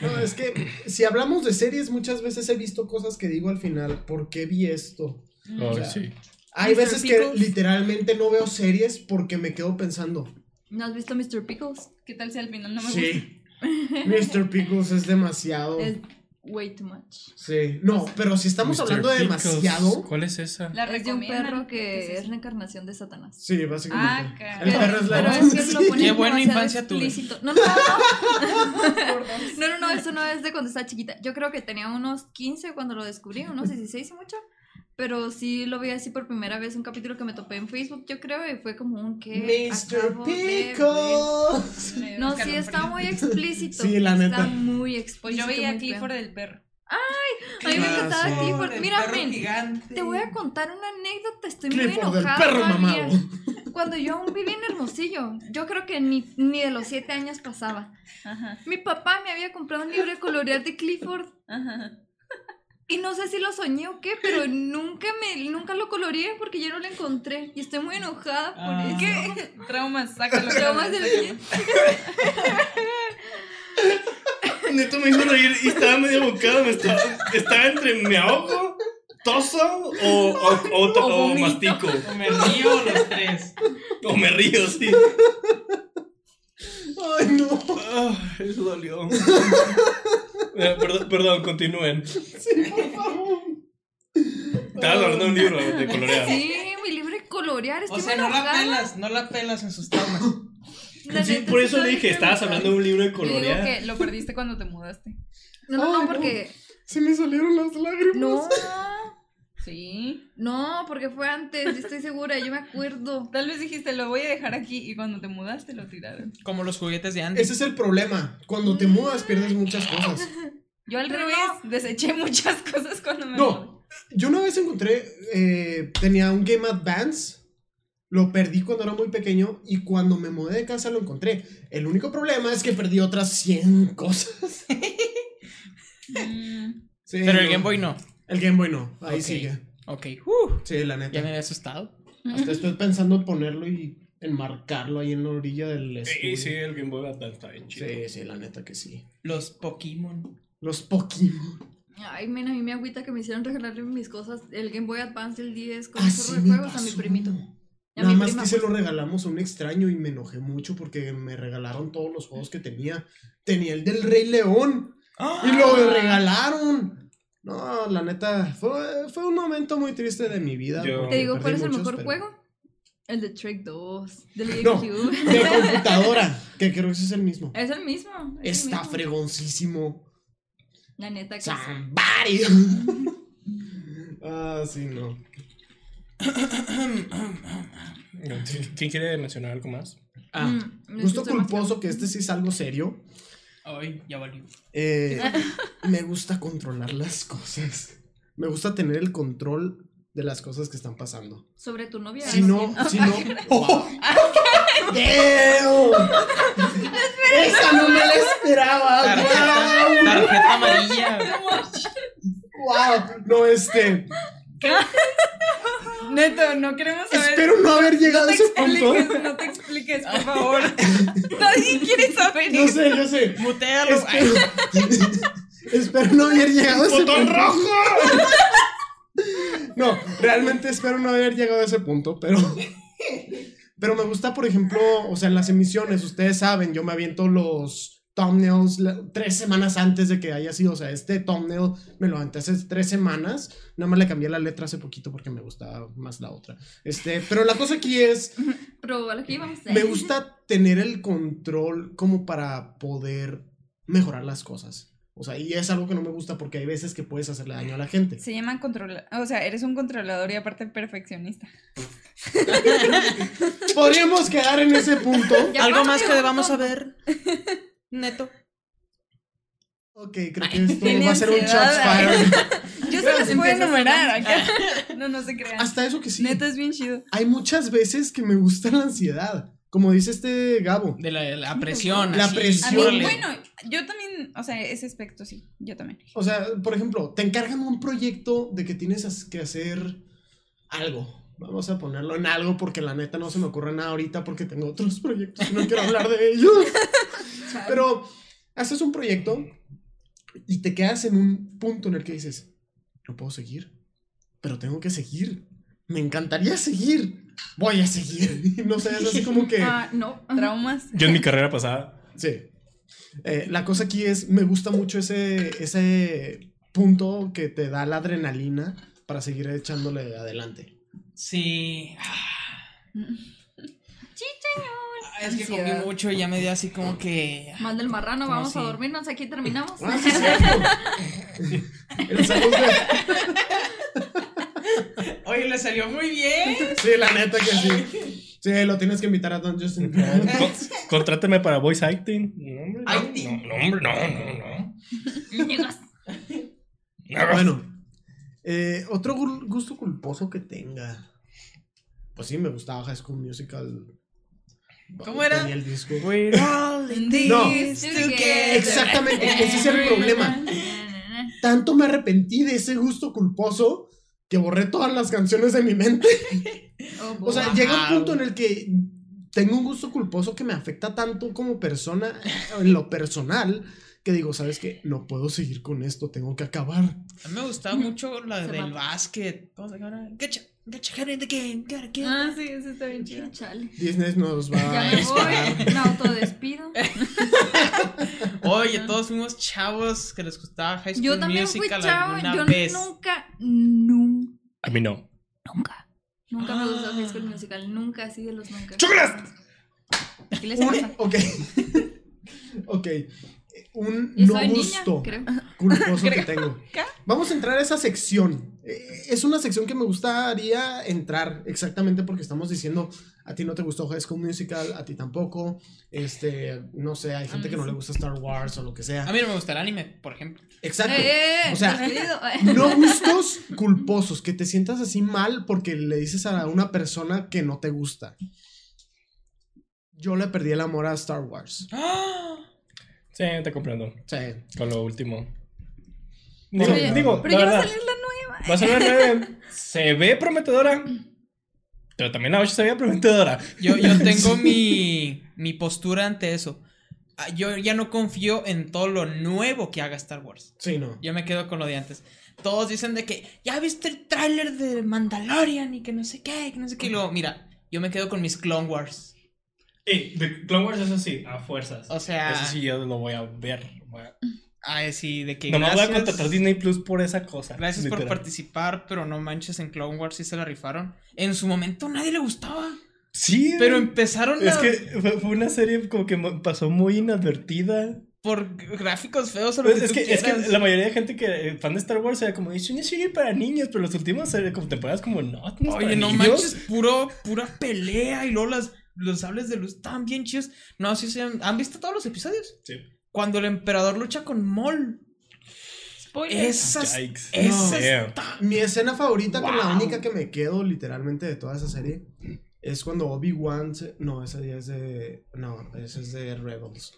A: No, es que si hablamos de series, muchas veces he visto cosas que digo al final, ¿por qué vi esto?
E: Mm.
B: Ay,
A: sea,
B: sí.
A: Hay
C: Mr.
A: veces que
C: Pickles.
A: literalmente no veo series porque me quedo pensando.
C: ¿No has visto Mr. Pickles?
E: ¿Qué tal si al final no me gusta?
A: Sí. Mr. Pickles es demasiado.
C: Es way too much.
A: Sí. No, pero si estamos
B: Mr.
A: hablando de
B: Pickles,
A: demasiado.
B: ¿Cuál es esa?
E: La
C: Es de un
E: recomiendan.
C: perro
E: ¿Qué
C: que
E: eso?
C: es reencarnación de Satanás.
A: Sí,
E: Ah,
A: básicamente.
E: caray.
A: El perro es la
C: Pero es que
A: Sí.
C: lo ponen
D: Qué buena
C: demasiado
D: infancia tuve.
C: explícito. No, no, no, no, no, no, eso no es de cuando estaba chiquita. Yo creo que tenía unos 15 cuando lo descubrí, unos 16 y mucho. Pero sí lo vi así por primera vez, un capítulo que me topé en Facebook, yo creo, y fue como un que.
A: Mr. Pickles.
E: Me dio
C: No, sí
E: escalofrío.
C: está muy explícito.
A: Sí, la neta.
C: Está muy explícito.
E: Pues yo veía
C: muy feo.
E: Clifford del perro.
C: A mí me
A: Ah,
C: encantaba
A: sí.
C: Clifford.
D: Del
C: Mira,
D: perro
C: men,
D: gigante.
C: te voy a contar una anécdota. Estoy muy
A: Clifford del
C: enojada.
A: perro
C: todavía.
A: mamado.
C: Cuando yo aún vivía en Hermosillo, yo creo que ni, ni de los siete años pasaba.
E: Ajá.
C: Mi papá me había comprado un libro de colorear de Clifford
E: Ajá.
C: y no sé si lo soñé o qué, pero nunca me nunca lo coloreé porque yo no lo encontré y estoy muy enojada por
D: Ah.
C: eso.
E: ¿Qué? Traumas, sácalo.
C: Traumas de la
E: sácalo.
C: niñez.
B: Neto me hizo reír y estaba medio bocado. Me estaba, estaba entre me ahogo, toso o, o, o to- o
D: vomito.
B: mastico.
D: Me río los tres.
B: O me río, sí.
A: Ay, no.
B: Ah, eso dolió. Eh, perdón, perdón, continúen.
A: Sí, por favor.
B: Estabas hablando de un libro de colorear.
C: Sí, mi libro de colorear, estoy
D: O sea,
C: muy
D: no la
C: enojada.
D: pelas, no la pelas en sus traumas.
C: La
B: Sí,
C: neta,
B: por
C: sí
B: eso le
C: estoy
B: dije,
C: muy
B: estabas
C: enojada.
B: hablando de un libro de
E: Yo digo
B: colorear.
E: que lo perdiste cuando te mudaste.
C: No, no,
A: Ay,
C: no, porque
A: Se me salieron las lágrimas.
C: no.
E: Sí.
C: No, porque fue antes, estoy segura, yo me acuerdo.
E: Tal vez dijiste, lo voy a dejar aquí y cuando te mudaste lo tiraron.
D: Como los juguetes de antes.
A: Ese es el problema. Cuando te mudas pierdes muchas cosas.
E: Yo al
C: Pero
E: revés deseché muchas cosas cuando me mudé.
A: No, yo una vez encontré, eh, tenía un Game Advance, lo perdí cuando era muy pequeño y cuando me mudé de casa lo encontré. El único problema es que perdí otras 100 cosas.
E: Mm,
A: Sí,
D: Pero el
A: no.
D: Game Boy no.
A: El Game Boy no, ahí
D: Ok.
A: sigue.
D: Ok. Uh,
A: Sí, la
D: ya me
A: neta.
D: había asustado.
A: Hasta estoy pensando ponerlo y enmarcarlo ahí en la orilla del
B: Sí,
A: estudio.
B: sí, el Game Boy Advance está bien chido.
A: sí, sí, la neta que sí.
D: Los Pokémon.
A: Los Pokémon.
C: Ay, men, a mí me agüita que me hicieron regalarle mis cosas, el Game Boy Advance, el 10, con un
A: Así
C: chorro de
A: me
C: juegos a mi
A: pasó.
C: primito. Y a
A: Nada
C: mi
A: más
C: prima,
A: que se lo
C: pues.
A: regalamos a un extraño y me enojé mucho porque me regalaron todos los juegos que tenía. Tenía el del Rey León
E: Ah.
A: y lo
C: Ah.
A: regalaron. No, la neta, fue, fue un momento muy triste de mi vida.
B: Yo-
A: porque
C: Te digo,
A: perdí
C: ¿cuál es el
A: muchos,
C: mejor
A: pero-
C: juego? El de Trek 2, del
A: No.
C: GameCube.
A: De computadora, que creo que ese es el mismo.
C: Es el mismo. es el
A: Está
C: mismo.
A: fregoncísimo.
C: La neta que sí.
A: Somebody. ah, sí, no.
B: ¿Quién quiere mencionar algo más?
A: Ah,
C: Mm,
A: gusto
C: estoy más
A: culposo, que este sí es algo serio.
D: Ay, ya valió.
A: Eh, me gusta controlar las cosas. Me gusta tener el control de las cosas que están pasando.
C: Sobre tu novia.
A: Si no, si no. ¡Oh! ¡Damn! Esa no me la Ah, esperaba.
D: Tarjeta, tarjeta amarilla.
A: Wow. No, este.
E: Neto, no queremos saber.
A: Espero no haber llegado
E: no
A: a
E: te
A: ese punto.
E: expliques, no te expliques, por favor. Nadie quiere saber
A: Yo
E: eso.
A: sé, yo sé.
D: Mutealo.
A: Espero, espero no haber llegado a ese
B: ¡Botón
A: punto.
B: rojo!
A: No, realmente espero no haber llegado a ese punto, pero. Pero me gusta, por ejemplo, o sea, en las emisiones, ustedes saben, yo me aviento los thumbnails la- tres semanas antes de que haya sido. O sea, este thumbnail me lo aventé hace tres semanas. Nada más le cambié la letra hace poquito porque me gustaba más la otra. Este, pero la cosa aquí es.
C: Pero aquí vamos a
A: Me gusta tener el control como para poder mejorar las cosas. O sea, y es algo que no me gusta porque hay veces que puedes hacerle daño a la gente.
E: Se llaman controlador. O sea, eres un controlador y aparte perfeccionista.
A: Podríamos quedar en ese punto.
C: Ya
D: Algo
C: pasa,
D: más que
C: ya
D: debamos
C: pasa.
D: saber. Neto.
A: Ok, creo que esto
E: tiene
A: va a ser un
E: ansiedad,
A: shots fire.
E: Yo se los
C: Empiezas
E: puedo
C: a
E: enumerar acá. No, no se crean.
A: Hasta eso que Ah. sí.
E: Neto es bien chido.
A: Hay muchas veces que me gusta la ansiedad. Como dice este Gabo.
D: De la, la presión.
A: La
D: así,
E: A
A: presión.
E: mí,
D: órale.
E: bueno, yo también, o sea, ese aspecto sí, yo también.
A: O sea, por ejemplo, te encargan un proyecto de que tienes as- que hacer algo. Vamos a ponerlo en algo porque la neta no se me ocurre nada ahorita porque tengo otros proyectos y no quiero hablar de ellos. Pero haces un proyecto y te quedas en un punto en el que dices, no puedo seguir, pero tengo que seguir. Me encantaría seguir. Voy a seguir. Y no sé, es así como que...
C: Ah, no.
E: Traumas.
B: Yo en mi carrera pasada.
A: Sí. Eh, la cosa aquí es, me gusta mucho ese, ese punto que te da la adrenalina para seguir echándole adelante.
D: Sí. Ah, Es que comí
E: Ansiedad.
D: mucho y ya me dio así como que.
C: Mal del marrano,
D: Como
C: vamos a
D: si-
C: dormirnos, aquí terminamos.
A: Ah, sí, es cierto. El sabor de-
D: Oye, le salió muy bien.
A: Sí, la neta que sí. Sí, lo tienes que invitar a Don Justin. Bieber.
B: Con- contrátame para voice acting. No, hombre, no,
D: Acting.
B: No, hombre, no, no, no.
C: Ñegas.
B: No.
A: Bueno, eh, otro gu- gusto culposo que tenga. Pues sí, me gustaba High School Musical.
D: ¿Cómo era?
A: Tenía el disco.
D: We're all in this
A: No.
D: together.
A: Exactamente, ese es
E: "Ah,
A: el problema. Tanto me arrepentí de ese gusto culposo que borré todas las canciones de mi mente.
C: Oh,
A: O sea,
D: Wow.
A: llega un punto en el que tengo un gusto culposo que me afecta tanto como persona, en lo personal, que digo, ¿sabes qué? No puedo seguir con esto, tengo que acabar.
D: A mí me gustaba mucho la
C: Se
D: del
C: mata.
D: básquet. ¿Cómo se llama? Getcha, getcha, get in the game, gotta get-
E: Ah, sí, eso está bien chido.
C: bo- Chale.
A: Disney nos va
C: Ya
A: a
C: me
A: disparar.
C: voy, me autodespido.
D: Oye, todos fuimos chavos que les gustaba High School
C: Ah, Yo también fui
D: Musical
C: chavo,
D: alguna
C: yo
D: vez.
C: nunca, nunca,
B: A mí no.
C: nunca, nunca me gustó
D: Ah.
C: High School Musical, nunca, así de los nunca.
B: ¡Chócalas!
E: ¿Qué les
A: Un-
E: pasa?
A: ok. ok. Un
C: Y
A: no
C: soy niña,
A: gusto
C: creo.
A: culposo que tengo. Vamos a entrar a esa sección. Eh, Es una sección que me gustaría entrar exactamente porque estamos diciendo a ti no te gustó High School Musical, a ti tampoco. Este, no sé, hay gente que no le gusta Star Wars o lo que
D: A
A: sea.
D: mí no me gusta el anime, por ejemplo.
A: Exacto.
C: Eh, eh,
A: O sea,
C: despido.
A: No gustos culposos, que te sientas así mal porque le dices a una persona que no te gusta. Yo le perdí el amor a Star Wars.
B: Sí, te comprendo.
A: Sí.
B: Con lo último.
A: Digo,
B: Digo, digo, la
E: Pero ya va a
B: verdad,
E: salir la nueva.
B: va a salir la nueve. Se ve prometedora. Pero también la 8 se veía prometedora.
D: Yo, yo tengo mi, mi postura ante eso. Ah, Yo ya no confío en todo lo nuevo que haga Star Wars.
A: Sí, no.
D: Yo me quedo con lo de antes. Todos dicen de que ya viste el tráiler de Mandalorian y que no sé qué, que no sé qué. Y luego, mira, yo me quedo con mis Clone Wars.
B: Y The Clone Wars, eso sí, a fuerzas.
D: O sea,
B: Eso sí, yo lo voy a ver. Voy a-
D: ay, sí, de que.
B: Nomás voy a
D: gracias-
B: contratar Disney Plus por esa cosa.
D: Gracias por
B: literal.
D: participar, pero no manches en Clone Wars sí se la rifaron. En su momento nadie le gustaba.
B: Sí,
D: Pero empezaron
B: Es
D: a-
B: que fue, fue una serie como que mo- pasó muy inadvertida.
D: por gráficos feos o lo
B: Pues
D: que
B: es,
D: tú
B: que, es que
D: quieras.
B: la mayoría de gente que eh, fan de Star Wars era como, es una serie para niños, pero las últimas series, como temporadas como, no, no es para
D: Oye, no
B: niños".
D: manches, puro, pura pelea y luego las, los sables de luz tan bien chidos. No, sí, sí, ¿han, han visto todos los episodios?
B: Sí.
D: Cuando el emperador lucha con Maul. Esas,
B: Yikes.
D: esas
B: Damn.
A: Mi escena favorita, con la
D: Wow.
A: única que me quedo literalmente de toda esa serie, es cuando Obi-Wan. se- No, esa ya es de. No, esa es de Rebels.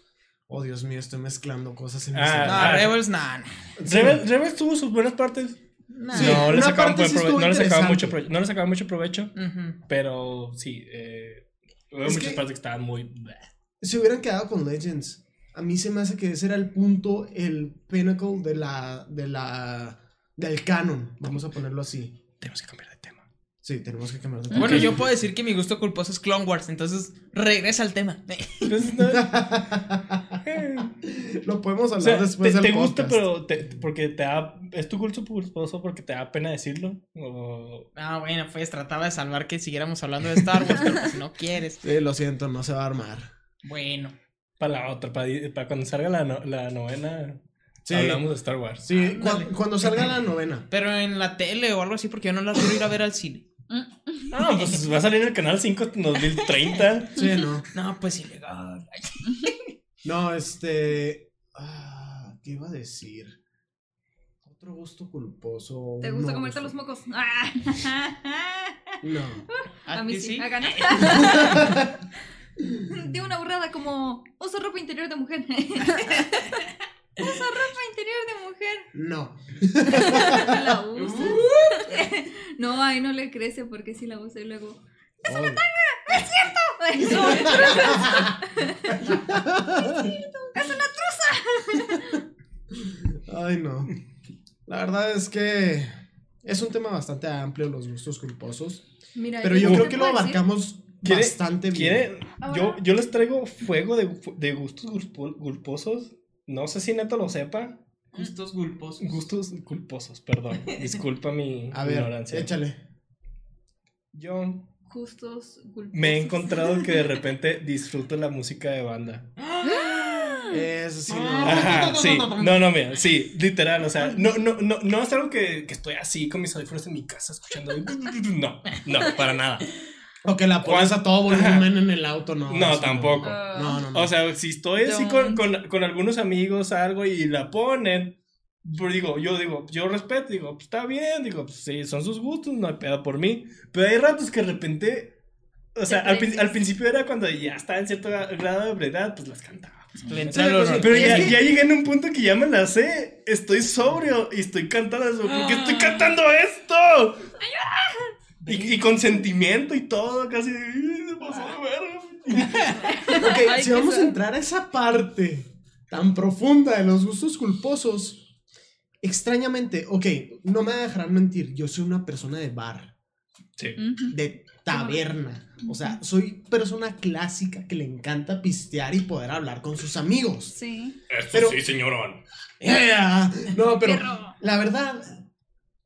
A: Oh, Dios mío, estoy mezclando cosas en mi Ah,
B: Ah,
A: cerebro.
D: No, Rebels, nah, nah.
A: Sí.
B: Rebel- Rebels tuvo sus buenas partes.
A: Nah. Sí,
B: No,
A: una
B: les sacaban
A: parte
B: buen
A: sí
B: prove-
A: estuvo
B: no les sacaban
A: interesante.
B: mucho provecho. No les sacaban mucho provecho,
D: Ujú.
B: pero sí. Eh, hubo
A: Es
B: muchas
A: que-
B: partes que estaban muy.
A: se hubieran quedado con Legends. A mí se me hace que ese era el punto, el pinnacle de la, de la, del canon, vamos a ponerlo así.
B: Tenemos que cambiar de tema.
A: Sí, tenemos que cambiar de tema.
D: Bueno, yo puedo decir que mi gusto culposo es Clone Wars, entonces regresa al tema.
B: Entonces, no- eh.
A: Lo podemos
B: o
A: hablar
B: sea,
A: después
B: te,
A: del
B: te gusta,
A: podcast.
B: pero te- porque te da. ¿Es tu gusto culposo porque te da pena decirlo? O-
D: Ah, bueno, pues trataba de salvar que siguiéramos hablando de Star Wars, pero pues no quieres.
A: Sí, lo siento, no se va a armar.
D: Bueno.
B: para la otra, para, di- para cuando salga la, no- la novena,
A: Sí,
B: hablamos de Star Wars.
A: sí,
D: Ándale.
A: cuan- cuando salga la novena.
D: Pero en la tele o algo así, porque yo no las quiero ir a ver al cine.
B: No, pues va a salir en el canal 5 en 2030.
A: Sí, no.
D: No, pues ilegal.
A: No, este. ah, ¿Qué iba a decir? Otro gusto culposo.
C: ¿Te gusta
A: no
C: comerte los
A: gusto-
C: mocos?
A: No.
C: A mí sí.
D: Ah,
C: Acá no. De una burrada como usa ropa interior de mujer. usa ropa interior de mujer.
A: No.
C: La usa. no, ahí no le crece porque sí la usa y luego.
A: Ay.
C: ¡Es una truza!
A: Ay, no. La verdad es que es un tema bastante amplio los gustos culposos,
C: Mira,
A: pero yo
C: no
A: creo
C: te
A: que lo
C: puedo decir-
A: abarcamos
B: ¿Quiere-
A: bastante bien.
B: ¿Quiere? Yo, yo les traigo fuego de, de gustos gulpo- gulposos. No sé si Neto lo sepa.
D: Gustos gulposos.
B: Gustos culposos, perdón. Disculpa mi
A: A ver,
B: ignorancia.
A: échale.
B: Yo
C: Justos culposos.
B: me he encontrado que de repente disfruto la música de banda.
A: Eso sí, no.
B: Ajá, sí. No, no, mira, sí, literal. O sea, no, no, no, no es algo que, que estoy así con mis audífonos en mi casa escuchando. No, no, para nada.
A: O que la pones a todo volumen en el auto, no.
B: No,
A: eso
B: tampoco.
E: Ah.
A: No, no, no.
B: O sea, si estoy así con, con, con algunos amigos, algo y la ponen, pues digo, yo digo, yo respeto, digo, pues está bien, digo, pues sí, son sus gustos, no hay pedo por mí. Pero hay ratos que de repente, o sea, al, prin-
C: prendes.
B: al principio era cuando ya estaba en cierto grado de ebriedad, pues las cantaba. pues,
D: Le
B: no
D: entra
B: sé,
D: el olor.
B: pero
A: Es
B: ya,
A: que-
B: ya llegué en un punto que ya me las sé, estoy sobrio y estoy cantando eso, porque estoy cantando esto. Y, y con sentimiento y todo, casi. "Ay, Se pasó de verga.
A: Ok,
E: Ay,
A: si
E: qué
A: vamos a
E: sad.
A: entrar a esa parte tan profunda de los gustos culposos, extrañamente, ok, no me dejarán mentir, yo soy una persona de bar.
B: Sí.
A: de taberna. O sea, soy persona clásica que le encanta pistear y poder hablar con sus amigos.
E: Sí.
B: Esto
A: Pero-
B: sí, señorón.
A: ¡Ea! No, pero
C: Perro.
A: la verdad,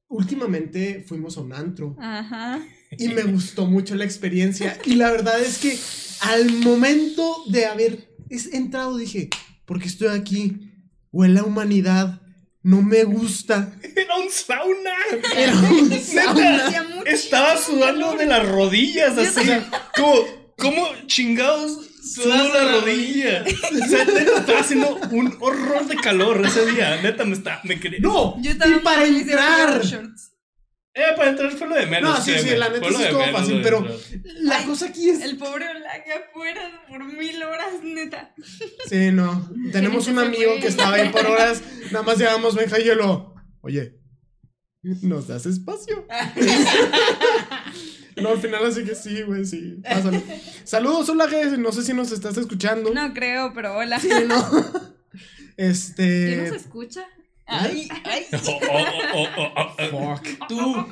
A: últimamente fuimos a un antro
E: Ajá.
A: y me gustó mucho la experiencia. Y la verdad es que al momento de haber es- entrado dije, porque estoy aquí? Huele a humanidad, no me gusta.
B: Era un sauna.
A: Era un sauna.
E: Hacía mucho
B: Estaba sudando de las rodillas, así. Como, como chingados sudó
D: Sudas
B: la
D: la
B: rodilla. O sea, neta, estaba haciendo un horror de calor ese día. Neta, me está. Me quería.
A: No,
E: Yo estaba
A: y para
E: muy feliz de ver
A: entrar.
E: los shorts.
B: Eh, para entrar fue lo de menos.
A: No, sí,
B: créeme,
A: sí, la neta
B: fue lo
A: sí
B: de
A: estuvo
B: menos,
A: fácil,
B: lo de
A: pero-
B: menos.
A: La
E: Ay,
A: cosa aquí es
E: El pobre Olaque afuera por mil horas, neta.
A: Sí, no. Tenemos un amigo que estaba ahí por horas. Nada más llevamos Benja y yo lo. Oye, nos das espacio. no, al final así que sí, güey, sí. Pásale. Saludos, hola, G, No sé si nos estás escuchando.
E: No creo, pero hola.
A: Sí, no.
C: ¿Quién nos
A: Este.
C: escucha?
E: Ay, ay.
B: Oh, oh, oh, oh, oh, oh.
A: Fuck.
D: Tú.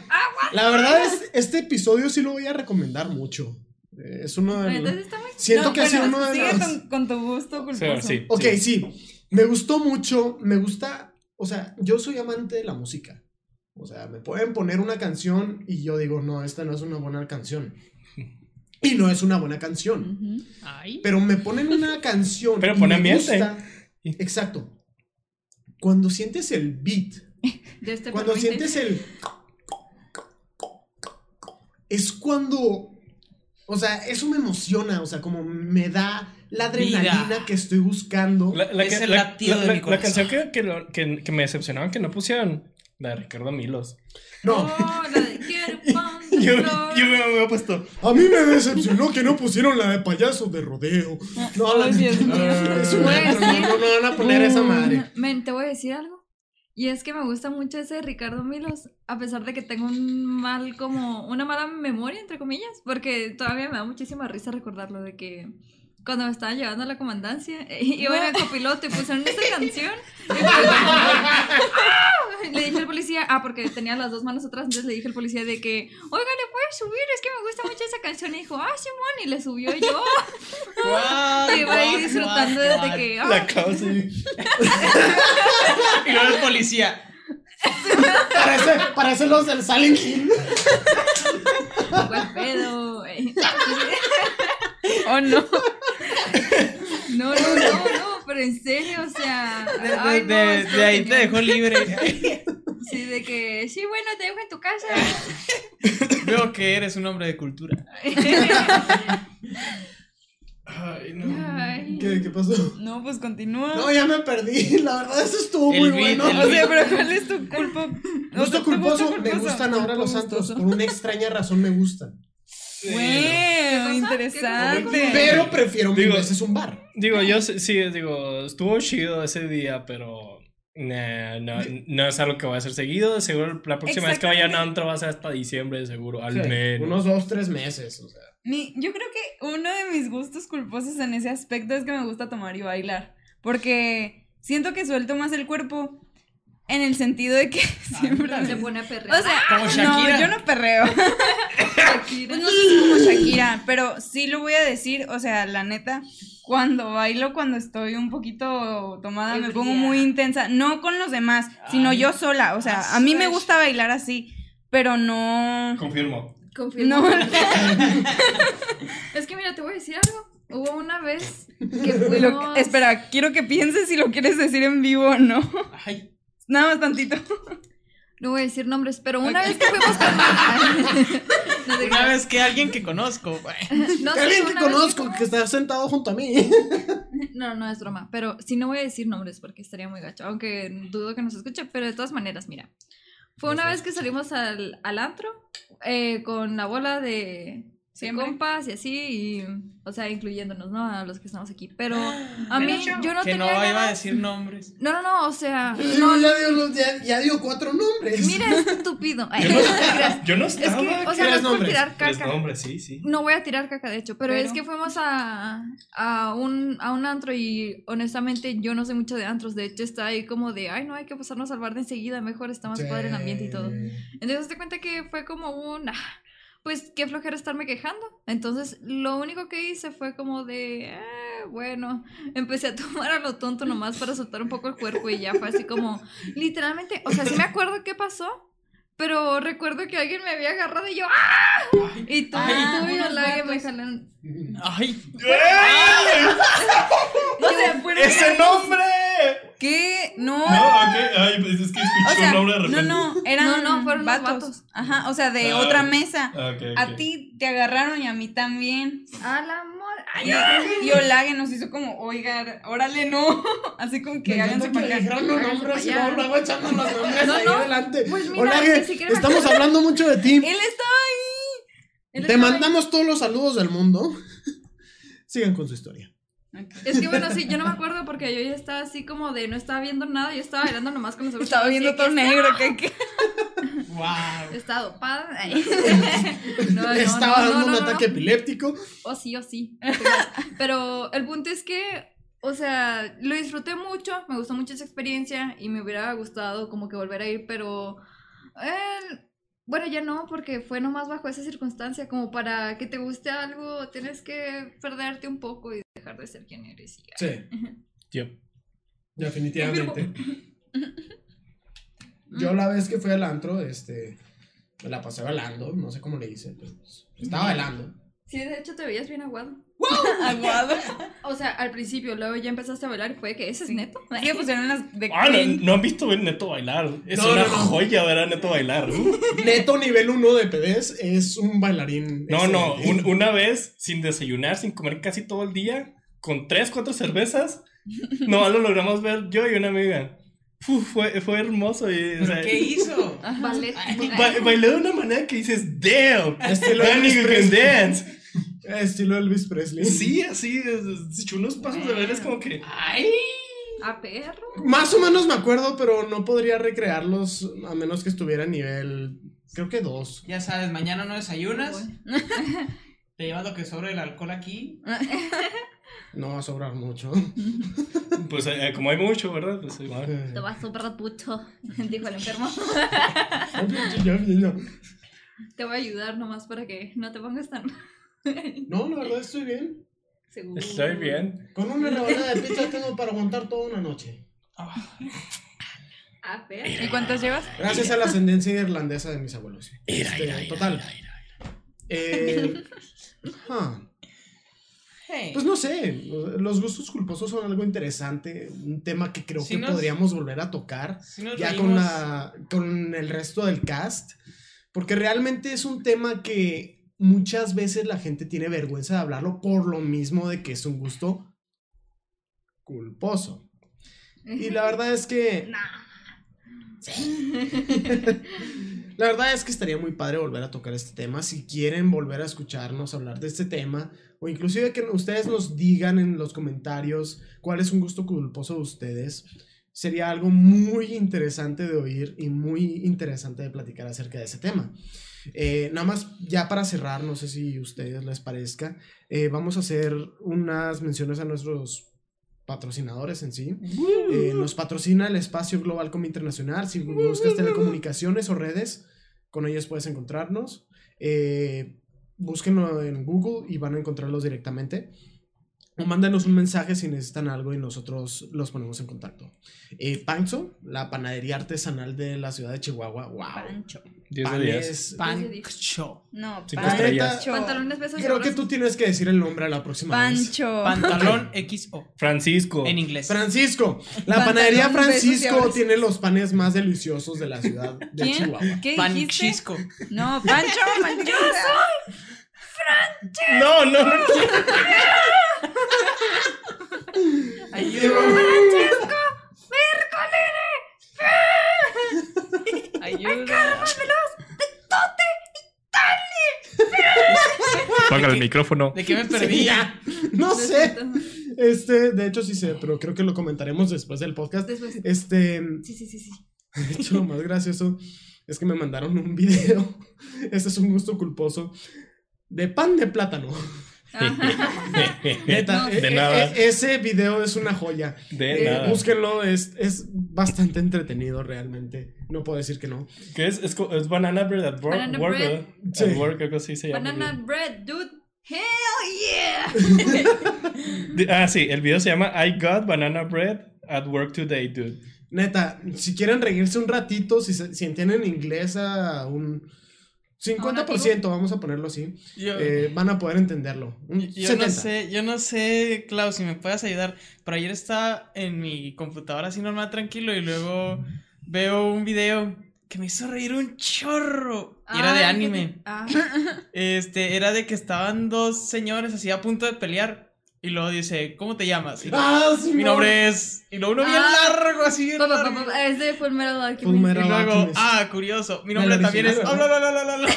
A: La verdad es, este episodio sí lo voy a recomendar mucho. Eh, Es uno de los.
C: Entonces está muy
A: Siento
E: No,
A: que ha sido
E: bueno,
A: uno de
E: sigue
A: los.
E: con, con tu gusto
B: Sí,
E: culposo.
B: sí,
A: Ok,
B: sí.
A: sí. Me gustó mucho. Me gusta. O sea, yo soy amante de la música. O sea, me pueden poner una canción y yo digo, no, esta no es una buena canción. Y no es una buena canción.
E: Ujú.
D: Ay.
A: Pero me ponen una canción.
B: Pero
A: y
B: pone
A: me
B: ambiente.
A: gusta. Exacto. Cuando sientes el beat,
C: de este
A: cuando
C: perro intenso.
A: sientes el. Es cuando. O sea, eso me emociona. O sea, como me da la
D: Vida.
A: adrenalina que estoy buscando.
B: La, la
D: Es
B: que-
D: el
B: la-
D: latido
B: la-
D: de
B: la-
D: mi
B: la
D: corazón.
B: canción que, que, lo- que, que me decepcionaban que no pusieron. La de Ricardo Milos.
A: No,
C: Oh, la de Get Up on the
B: Yo,
C: Floor.
B: yo me había puesto.
A: A mí me decepcionó que no pusieron la de payaso de rodeo. No, la
E: Ay, Dios mío.
A: Es un antro, no, no, no van a poner esa madre.
C: Men, te voy a decir algo. Y es que me gusta mucho ese Ricardo Milos, a pesar de que tengo un mal, como una mala memoria, entre comillas, porque todavía me da muchísima risa recordarlo de que cuando me estaba llevando a la comandancia, eh, iba en el copiloto y pusieron esta canción. y fue como, "Ah". le dije al policía, ah, porque tenía las dos manos atrás, entonces le dije al policía de que, oiga, le puedes subir, es que me gusta mucho esa canción. Y dijo, ah, Simón, y le subió yo.
D: Guau,
C: Y iba ahí
D: guau,
C: disfrutando
D: guau,
C: desde
D: guau.
C: que, ah,
B: La causa.
D: Y luego el policía.
A: Parece, parece los del Silent Hill.
C: ¿cuál pedo? eh?
E: Oh, no.
C: No, no, no, no, pero en serio, o sea.
D: De, de-
C: ay, no,
D: de-
C: estuvo
D: de ahí te
C: genial.
D: dejó libre.
C: Sí, de que, sí, bueno, te dejo en tu casa.
D: Veo que eres un hombre de cultura.
B: Ay,
C: Ay.
A: ¿Qué, qué pasó?
E: No, pues continúa.
A: No, ya me perdí. La verdad, eso estuvo
D: El
A: muy
D: beat,
A: bueno.
D: el
E: o sea, pero ¿cuál es tu culpa?
A: Gusto
E: ¿Tu gusto
A: culposo, me
E: culposo?
A: gustan ahora los
E: Culpo
A: santos. Por
E: gustoso.
A: una extraña razón me gustan.
E: Güey,
C: cosa? ¿Qué
E: interesante.
C: cosa?
A: Pero prefiero mil
B: Digo-
A: veces un bar.
B: Digo, yo sí- sí, digo, estuvo chido ese día, pero nah, no, no es algo que voy a hacer seguido. Seguro la próxima vez que vaya a un antro va a ser hasta diciembre, seguro, al
A: Sí,
B: menos.
A: Unos dos, tres meses. O sea.
E: Mi- yo creo que uno de mis gustos culposos en ese aspecto es que me gusta tomar y bailar. Porque siento que suelto más el cuerpo en el sentido de que siempre...
C: Se
E: me-
C: pone a perrear.
E: O sea,
D: Como Shakira.
E: no, yo no perreo.
C: Shakira.
E: Pues no sé si como Shakira, pero sí lo voy a decir, o sea, la neta, cuando bailo, cuando estoy un poquito tomada, me
C: Ebria.
E: pongo muy intensa, no con los demás, sino
D: Ay.
E: yo sola, o sea, a mí me gusta bailar así, pero no...
B: Confirmo.
C: Confirmo.
E: No,
C: Es que mira, te voy a decir algo. Hubo una vez que
E: Lo-
C: fuimos.
E: espera, quiero que pienses si lo quieres decir en vivo o no.
D: Ay,
E: Nada más tantito.
C: No voy a decir nombres, pero una vez que fuimos con. Ay, no te
D: una
C: creas.
D: vez que alguien que conozco. güey.
C: No,
A: Que
C: sí,
A: Alguien que
C: una vez
A: conozco
C: fuimos-
A: que está sentado junto a mí.
C: No, no es broma, pero sí no voy a decir nombres porque estaría muy gacho, aunque dudo que nos escuche, pero de todas maneras, mira. Fue una vez que salimos al, al antro eh, con la bola de, de
E: Siempre.
C: compas y así, y, o sea, incluyéndonos, ¿no? A los que estamos aquí, pero a mí yo no
D: que no
C: tenía
D: iba a
C: ganas...
D: decir nombres.
C: No, no, no, o sea,
A: No, ya dio, los- ya, ya dio cuatro nombres.
C: mira, estúpido. Ay, no te creas.
B: Yo no
C: es
B: estaba.
C: que, o sea, no
A: creas
C: es por
A: nombres,
C: tirar
B: Tres
C: caca.
B: nombres, sí, sí.
C: No voy a tirar caca, de hecho, pero,
E: Pero-
C: es que fuimos a, a, un, a un antro y honestamente yo no sé mucho de antros. De hecho, está ahí como de, ay, no, hay que pasarnos al bar de enseguida, mejor está más
A: Sí.
C: padre el ambiente y todo. Entonces, te cuenta que fue como un, "Ah, pues qué flojera estarme quejando. Entonces, lo único que hice fue como de, "Ah, bueno, empecé a tomar a lo tonto nomás para soltar un poco el cuerpo y ya fue así como, literalmente, o sea, sí me acuerdo qué pasó. Pero recuerdo que alguien me había agarrado y yo ¡ah! Y tú,
D: Ay.
C: y tú y
E: Unos
C: Olaya me
E: vatos.
C: jalaron.
D: Ay,
E: O sea, fueron-
B: ¡Ese nombre!
E: ¿Qué? No.
B: No, ok. Ay, pues es que escuché
E: O sea,
B: un nombre de
E: no,
B: repente.
E: no, eran
C: No, no, fueron los
E: vatos.
C: vatos.
E: Ajá, o sea, de
B: Ah.
E: otra mesa.
B: Ah, ok, ok.
E: A ti te agarraron y a mí también.
C: A la moda. Ay,
E: Y, y Olague nos hizo como, oiga, órale, no. Así como que
A: Me encanta
E: háganse
A: que
E: para acá.
A: dijeron los nombres y
C: Ya.
A: luego luego echando los nombres
C: No,
A: ahí
C: no,
A: adelante.
C: pues mira,
A: Hola,
C: ni
A: Ge,
C: siquiera me
A: estamos hablando mucho de ti.
E: Él estaba
C: él
A: Te
C: estaba ahí.
A: mandamos todos los saludos del mundo. Sigan con su historia.
E: ahí.
C: Es que bueno, sí, yo no me acuerdo porque yo ya estaba así como de no estaba viendo nada, yo estaba bailando nomás con los ojos.
E: Estaba
C: así
E: viendo
C: que
E: todo negro. ¿qué, qué?
D: wow.
C: Estaba dopada. Ay. No, no,
A: Estaba
C: no, no,
A: dando un
C: no, no.
A: ataque epiléptico.
C: O sí, o sí. Pero el punto es que, o sea, lo disfruté mucho, me gustó mucho esa experiencia y me hubiera gustado como que volver a ir, pero... eh, bueno, ya no, porque fue nomás bajo esa circunstancia, como para que te guste algo, tienes que perderte un poco y dejar de ser quien eres. y ya.
A: Sí,
B: Yo.
A: definitivamente.
C: Mm.
A: Yo la vez que fui al antro, este, me la pasé bailando, no sé cómo le hice, pero pues, estaba bailando.
C: Sí, de hecho te veías bien aguado.
E: Aguado.
C: O sea, al principio, luego ya empezaste a bailar y fue que ese es neto.
E: Es que pusieron las de
B: Ah, no,
E: Queen.
B: no han visto Neto bailar. Es
A: No,
B: una
A: no, no.
B: joya ver a Neto bailar. Uh,
A: Neto nivel 1 de PDs es un bailarín.
B: No, no,
A: excelente.
B: un- una vez sin desayunar, sin comer casi todo el día, con tres, cuatro cervezas, no lo logramos ver yo y una amiga. Fu- fue, fue hermoso. Y, o sea,
D: ¿Pero qué hizo?
C: Ballet.
B: ba- bailé de una manera que dices, damn,
A: Estilo
B: that
A: Elvis
B: nigga can
A: Presley.
B: dance.
A: Estilo Elvis Presley.
B: Sí, así, es- es- se echó unos pasos de bailes como que,
D: Ay.
C: ¿A Ah, perro?
A: Más o menos me acuerdo, pero no podría recrearlos a menos que estuviera a nivel, creo que 2.
D: Ya sabes, mañana no desayunas. Te llevas lo que sobra del alcohol aquí.
A: No va a sobrar mucho.
B: Pues eh, como hay mucho, ¿verdad? Pues igual.
A: Eh,
C: Te vas súper puto, dijo el enfermo.
A: ya, ya, ya.
C: Te voy a ayudar nomás para que no te pongas tan
A: No, la verdad estoy bien.
C: seguro.
B: Estoy bien.
A: Con una rebanada de pizza tengo para aguantar toda una noche.
C: A perro.
E: ¿Y cuántas llevas?
A: Gracias a la ascendencia irlandesa de mis abuelos. Este, total. Eh, ajá.
D: Hey.
A: Pues no sé, los gustos culposos son algo interesante, un tema que creo
D: Si
A: que
D: nos-
A: podríamos volver a tocar
D: Si nos
A: ya
D: reímos,
A: con, la, con el resto del cast, porque realmente es un tema que muchas veces la gente tiene vergüenza de hablarlo por lo mismo de que es un gusto culposo. Y la verdad es que... La verdad es que estaría muy padre volver a tocar este tema. Si quieren volver a escucharnos hablar de este tema, o inclusive que ustedes nos digan en los comentarios cuál es un gusto culposo de ustedes, sería algo muy interesante de oír y muy interesante de platicar acerca de ese tema. Eh, nada más, ya para cerrar, no sé si a ustedes les parezca, eh, vamos a hacer unas menciones a nuestros patrocinadores en sí. Eh, nos patrocina el espacio Global Com Internacional. Si buscas telecomunicaciones o redes, con ellos puedes encontrarnos. Eh, búsquenlo en Google y van a encontrarlos directamente. O mándanos un mensaje si necesitan algo y nosotros los ponemos en contacto. Eh, Pancho, la panadería artesanal de la ciudad de Chihuahua. ¡Wow!
E: Pancho.
B: 10 de 10.
A: Panes.
D: Pancho.
E: No,
B: Cinco
A: estrellas.
E: Pancho.
C: Pantalones besos
A: Creo que tú tienes que decir el nombre a la próxima vez.
E: Pancho.
D: Pantalón XO.
B: Francisco.
D: En inglés.
A: Francisco, la
E: Pantalón,
A: panadería
E: besos y
A: Francisco
E: abrazos.
A: tiene los panes más deliciosos de la ciudad de
E: ¿Quién?
A: Chihuahua.
E: ¿Qué dijiste?
D: Panchisco.
E: No, Pancho, Pancho.
B: No, no, no.
D: Ayúdame. Ayuda.
B: Paga el micrófono.
D: ¿De qué me perdí?
A: Sí, ya. No sé. Este, de hecho sí sé, pero creo que lo comentaremos después del podcast.
C: Después.
A: Este,
C: Sí, sí, sí, sí.
A: de hecho lo más gracioso es que me mandaron un video. Este es un gusto culposo de pan de plátano. Neta,
B: De
A: eh, eh,
B: nada.
A: eh, ese video es una joya. Eh,
B: De nada.
A: búsquenlo, es, es bastante entretenido realmente. No puedo decir que no.
B: ¿Qué es? Es, co- es banana bread at work,
C: Banana
B: work,
C: bread.
B: ¿verdad?
A: Sí.
B: At work, algo así se llama.
C: Banana bread, dude. Hell yeah.
B: Di- Ah, sí, el video se llama I got banana bread at work today, dude.
A: Neta, si quieren reírse un ratito, si, se- si entienden inglés a un 50%, vamos a ponerlo así,
D: Yo,
A: eh, van a poder entenderlo. Un
D: yo no
A: 70.
D: sé, yo no sé, Klaus, si me puedes ayudar. Pero ayer estaba en mi computadora así normal, tranquilo, y luego veo un video que me hizo reír un chorro. Y era de
C: Ay,
D: anime.
C: que te- Ah,
D: Este, era de que estaban dos señores así a punto de pelear. Y luego dice, ¿cómo te llamas? Y luego,
A: Ah, sí,
D: mi
A: no.
D: nombre es. Y luego uno bien
C: Ah.
D: largo, así bien
C: pa, pa,
D: largo.
C: pa, pa, es de Full Metal Alchemist.
A: Full
D: Y
A: Metal.
D: luego,
A: Alchemist.
D: ah, curioso. Mi
A: Del
D: nombre también es.
A: original,
D: ah, bla, bla, bla, bla, bla, bla.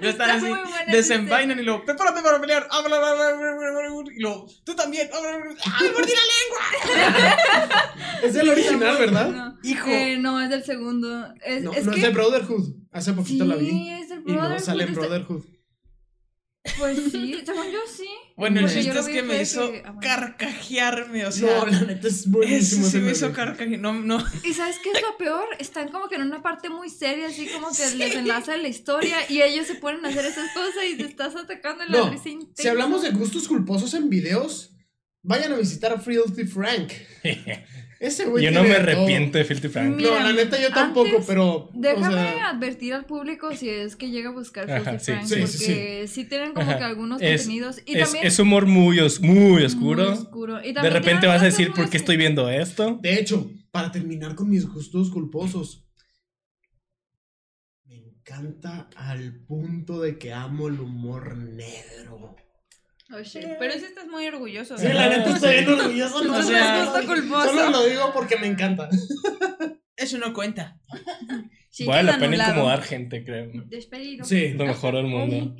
D: Yo están
C: Está
D: así,
C: muy buena esa
D: desenvainan y luego, prepárate para pelear. ah, bla, bla, bla, bla, bla, bla, bla, Y luego, tú también. ah, bla, bla, bla, ¡Ah, me mordí la lengua!
A: Es el original, ¿verdad?
C: No.
D: Hijo.
C: Eh, no, es del segundo. Es,
A: No,
C: es
A: no,
C: que...
A: es de Brotherhood. Hace poquito
C: sí,
A: la vi.
C: es del
A: Y no
C: Brotherhood,
A: sale en
C: está-
A: Brotherhood.
C: Pues sí, según yo sí.
D: Bueno, el
C: Porque yo
D: chiste
C: lo
D: es
C: vi
D: que
C: fue
D: me hizo
C: ah, bueno.
D: carcajearme. O sea,
A: No, la neta es
D: eso
A: buenísimo.
D: sí
A: ese
D: me
A: meme.
D: hizo carcajearme. No, no.
C: ¿Y sabes qué es lo peor? Están como que en una parte muy seria, así como que les enlaza la historia y ellos se ponen a hacer esas cosas y te estás atacando en la
A: No,
C: risa intensa.
A: Si hablamos de gustos culposos en videos, vayan a visitar a Frielty Frank. Ese güey
B: Yo no
A: tiene
B: me
A: de todo.
B: arrepiento de Filthy Frank.
A: No, la
C: Mira,
A: neta yo tampoco,
C: antes,
A: pero.
C: Déjame
A: o sea,
C: advertir al público si es que llega a buscar
B: Ajá,
C: Filthy
B: sí,
C: Frank,
A: sí,
C: porque
A: sí,
C: sí, tienen como
B: Ajá.
C: que algunos
B: Es-
C: contenidos y
B: Es,
C: también
B: es humor muy, os- muy oscuro.
C: muy oscuro. Y
B: de
C: también
B: repente
C: tienen
B: vas a
C: cosas
B: decir,
C: muy
B: ¿por qué estoy
C: oscuras".
B: viendo esto?
A: de hecho, para terminar con mis gustos culposos, me encanta al punto de que amo el humor negro.
C: Oh, shit.
E: Pero ese estás muy orgulloso.
A: Sí,
E: ¿no?
A: la neta estoy bien orgulloso. No,
D: O
A: sé,
D: sea,
A: solo-
E: gusto culposo.
A: Solo lo digo porque me encanta.
D: Eso no cuenta.
E: Chiquis
B: vale la pena
E: anulado.
B: incomodar gente, creo.
C: Despedido.
A: Sí.
B: Lo mejor del mundo.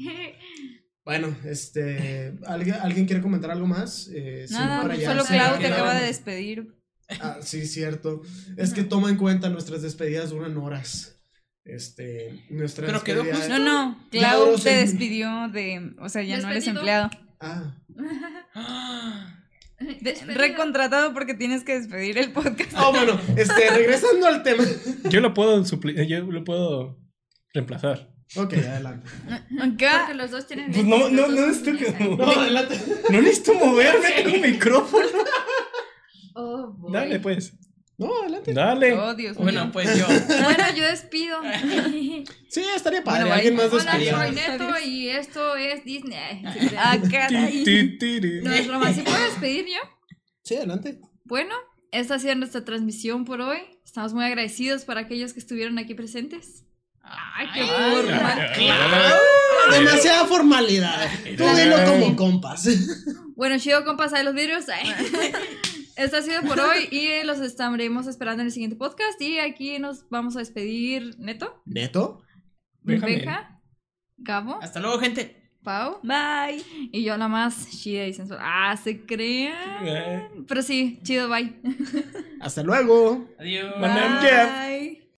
A: Bueno, este. ¿Alguien, ¿alguien quiere comentar algo más? Eh, si no,
E: Nada,
A: para ya
E: solo
A: se
E: Clau
A: va
E: te
A: quedando.
E: acaba de despedir.
A: Ah, sí, cierto. Es que toma en cuenta, nuestras despedidas duran horas. Este. Nuestra
D: Pero quedó
A: despedida-
E: No, no,
A: Ya,
E: Clau
A: o sea,
E: te despidió de, o sea, ya no eres
C: Despedido.
E: empleado.
A: Ah,
E: De- recontratado porque tienes que despedir el podcast.
A: Oh, bueno, este, regresando al tema.
B: Yo lo puedo supli- yo lo puedo reemplazar.
A: Ok, adelante.
E: Acá,
C: Porque los dos tienen.
B: Pues no, no, no
C: es
B: necesito que-
A: No, adelante.
B: No necesito moverme con micrófono.
C: Oh, boy.
B: Dale, pues.
A: No, adelante.
B: Dale.
E: oh Dios
D: Bueno,
E: mío.
D: pues yo.
C: Bueno, yo despido.
A: Sí, estaría padre.
E: Bueno,
A: Alguien
E: bye.
A: más
C: Hola,
A: despedida.
C: soy Neto y esto es Disney.
E: Ah, caray.
B: Ti, ti, ti, ti.
C: No es broma. ¿Sí puedo despedir yo?
A: Sí, adelante.
C: Bueno, esta ha sido nuestra transmisión por hoy. Estamos muy agradecidos para aquellos que estuvieron aquí presentes. ¡Ay, qué
B: Ah,
C: forma!
A: Demasiada formalidad. Tú dilo como compas.
C: Bueno, chido, compas, ahí los vidrios. Ay. Esto ha sido por hoy y los estaremos esperando en el siguiente podcast. Y aquí nos vamos a despedir Neto,
A: ¿Neto?
B: Benjamín.
C: Benja, Gabo,
D: Hasta luego, gente.
C: Pau
E: Bye.
C: y yo la más chida y sensual. ¡Ah, se crean!
B: Eh.
C: Pero sí, chido, bye.
A: Hasta luego.
D: Adiós.
B: Maná.
E: Bye.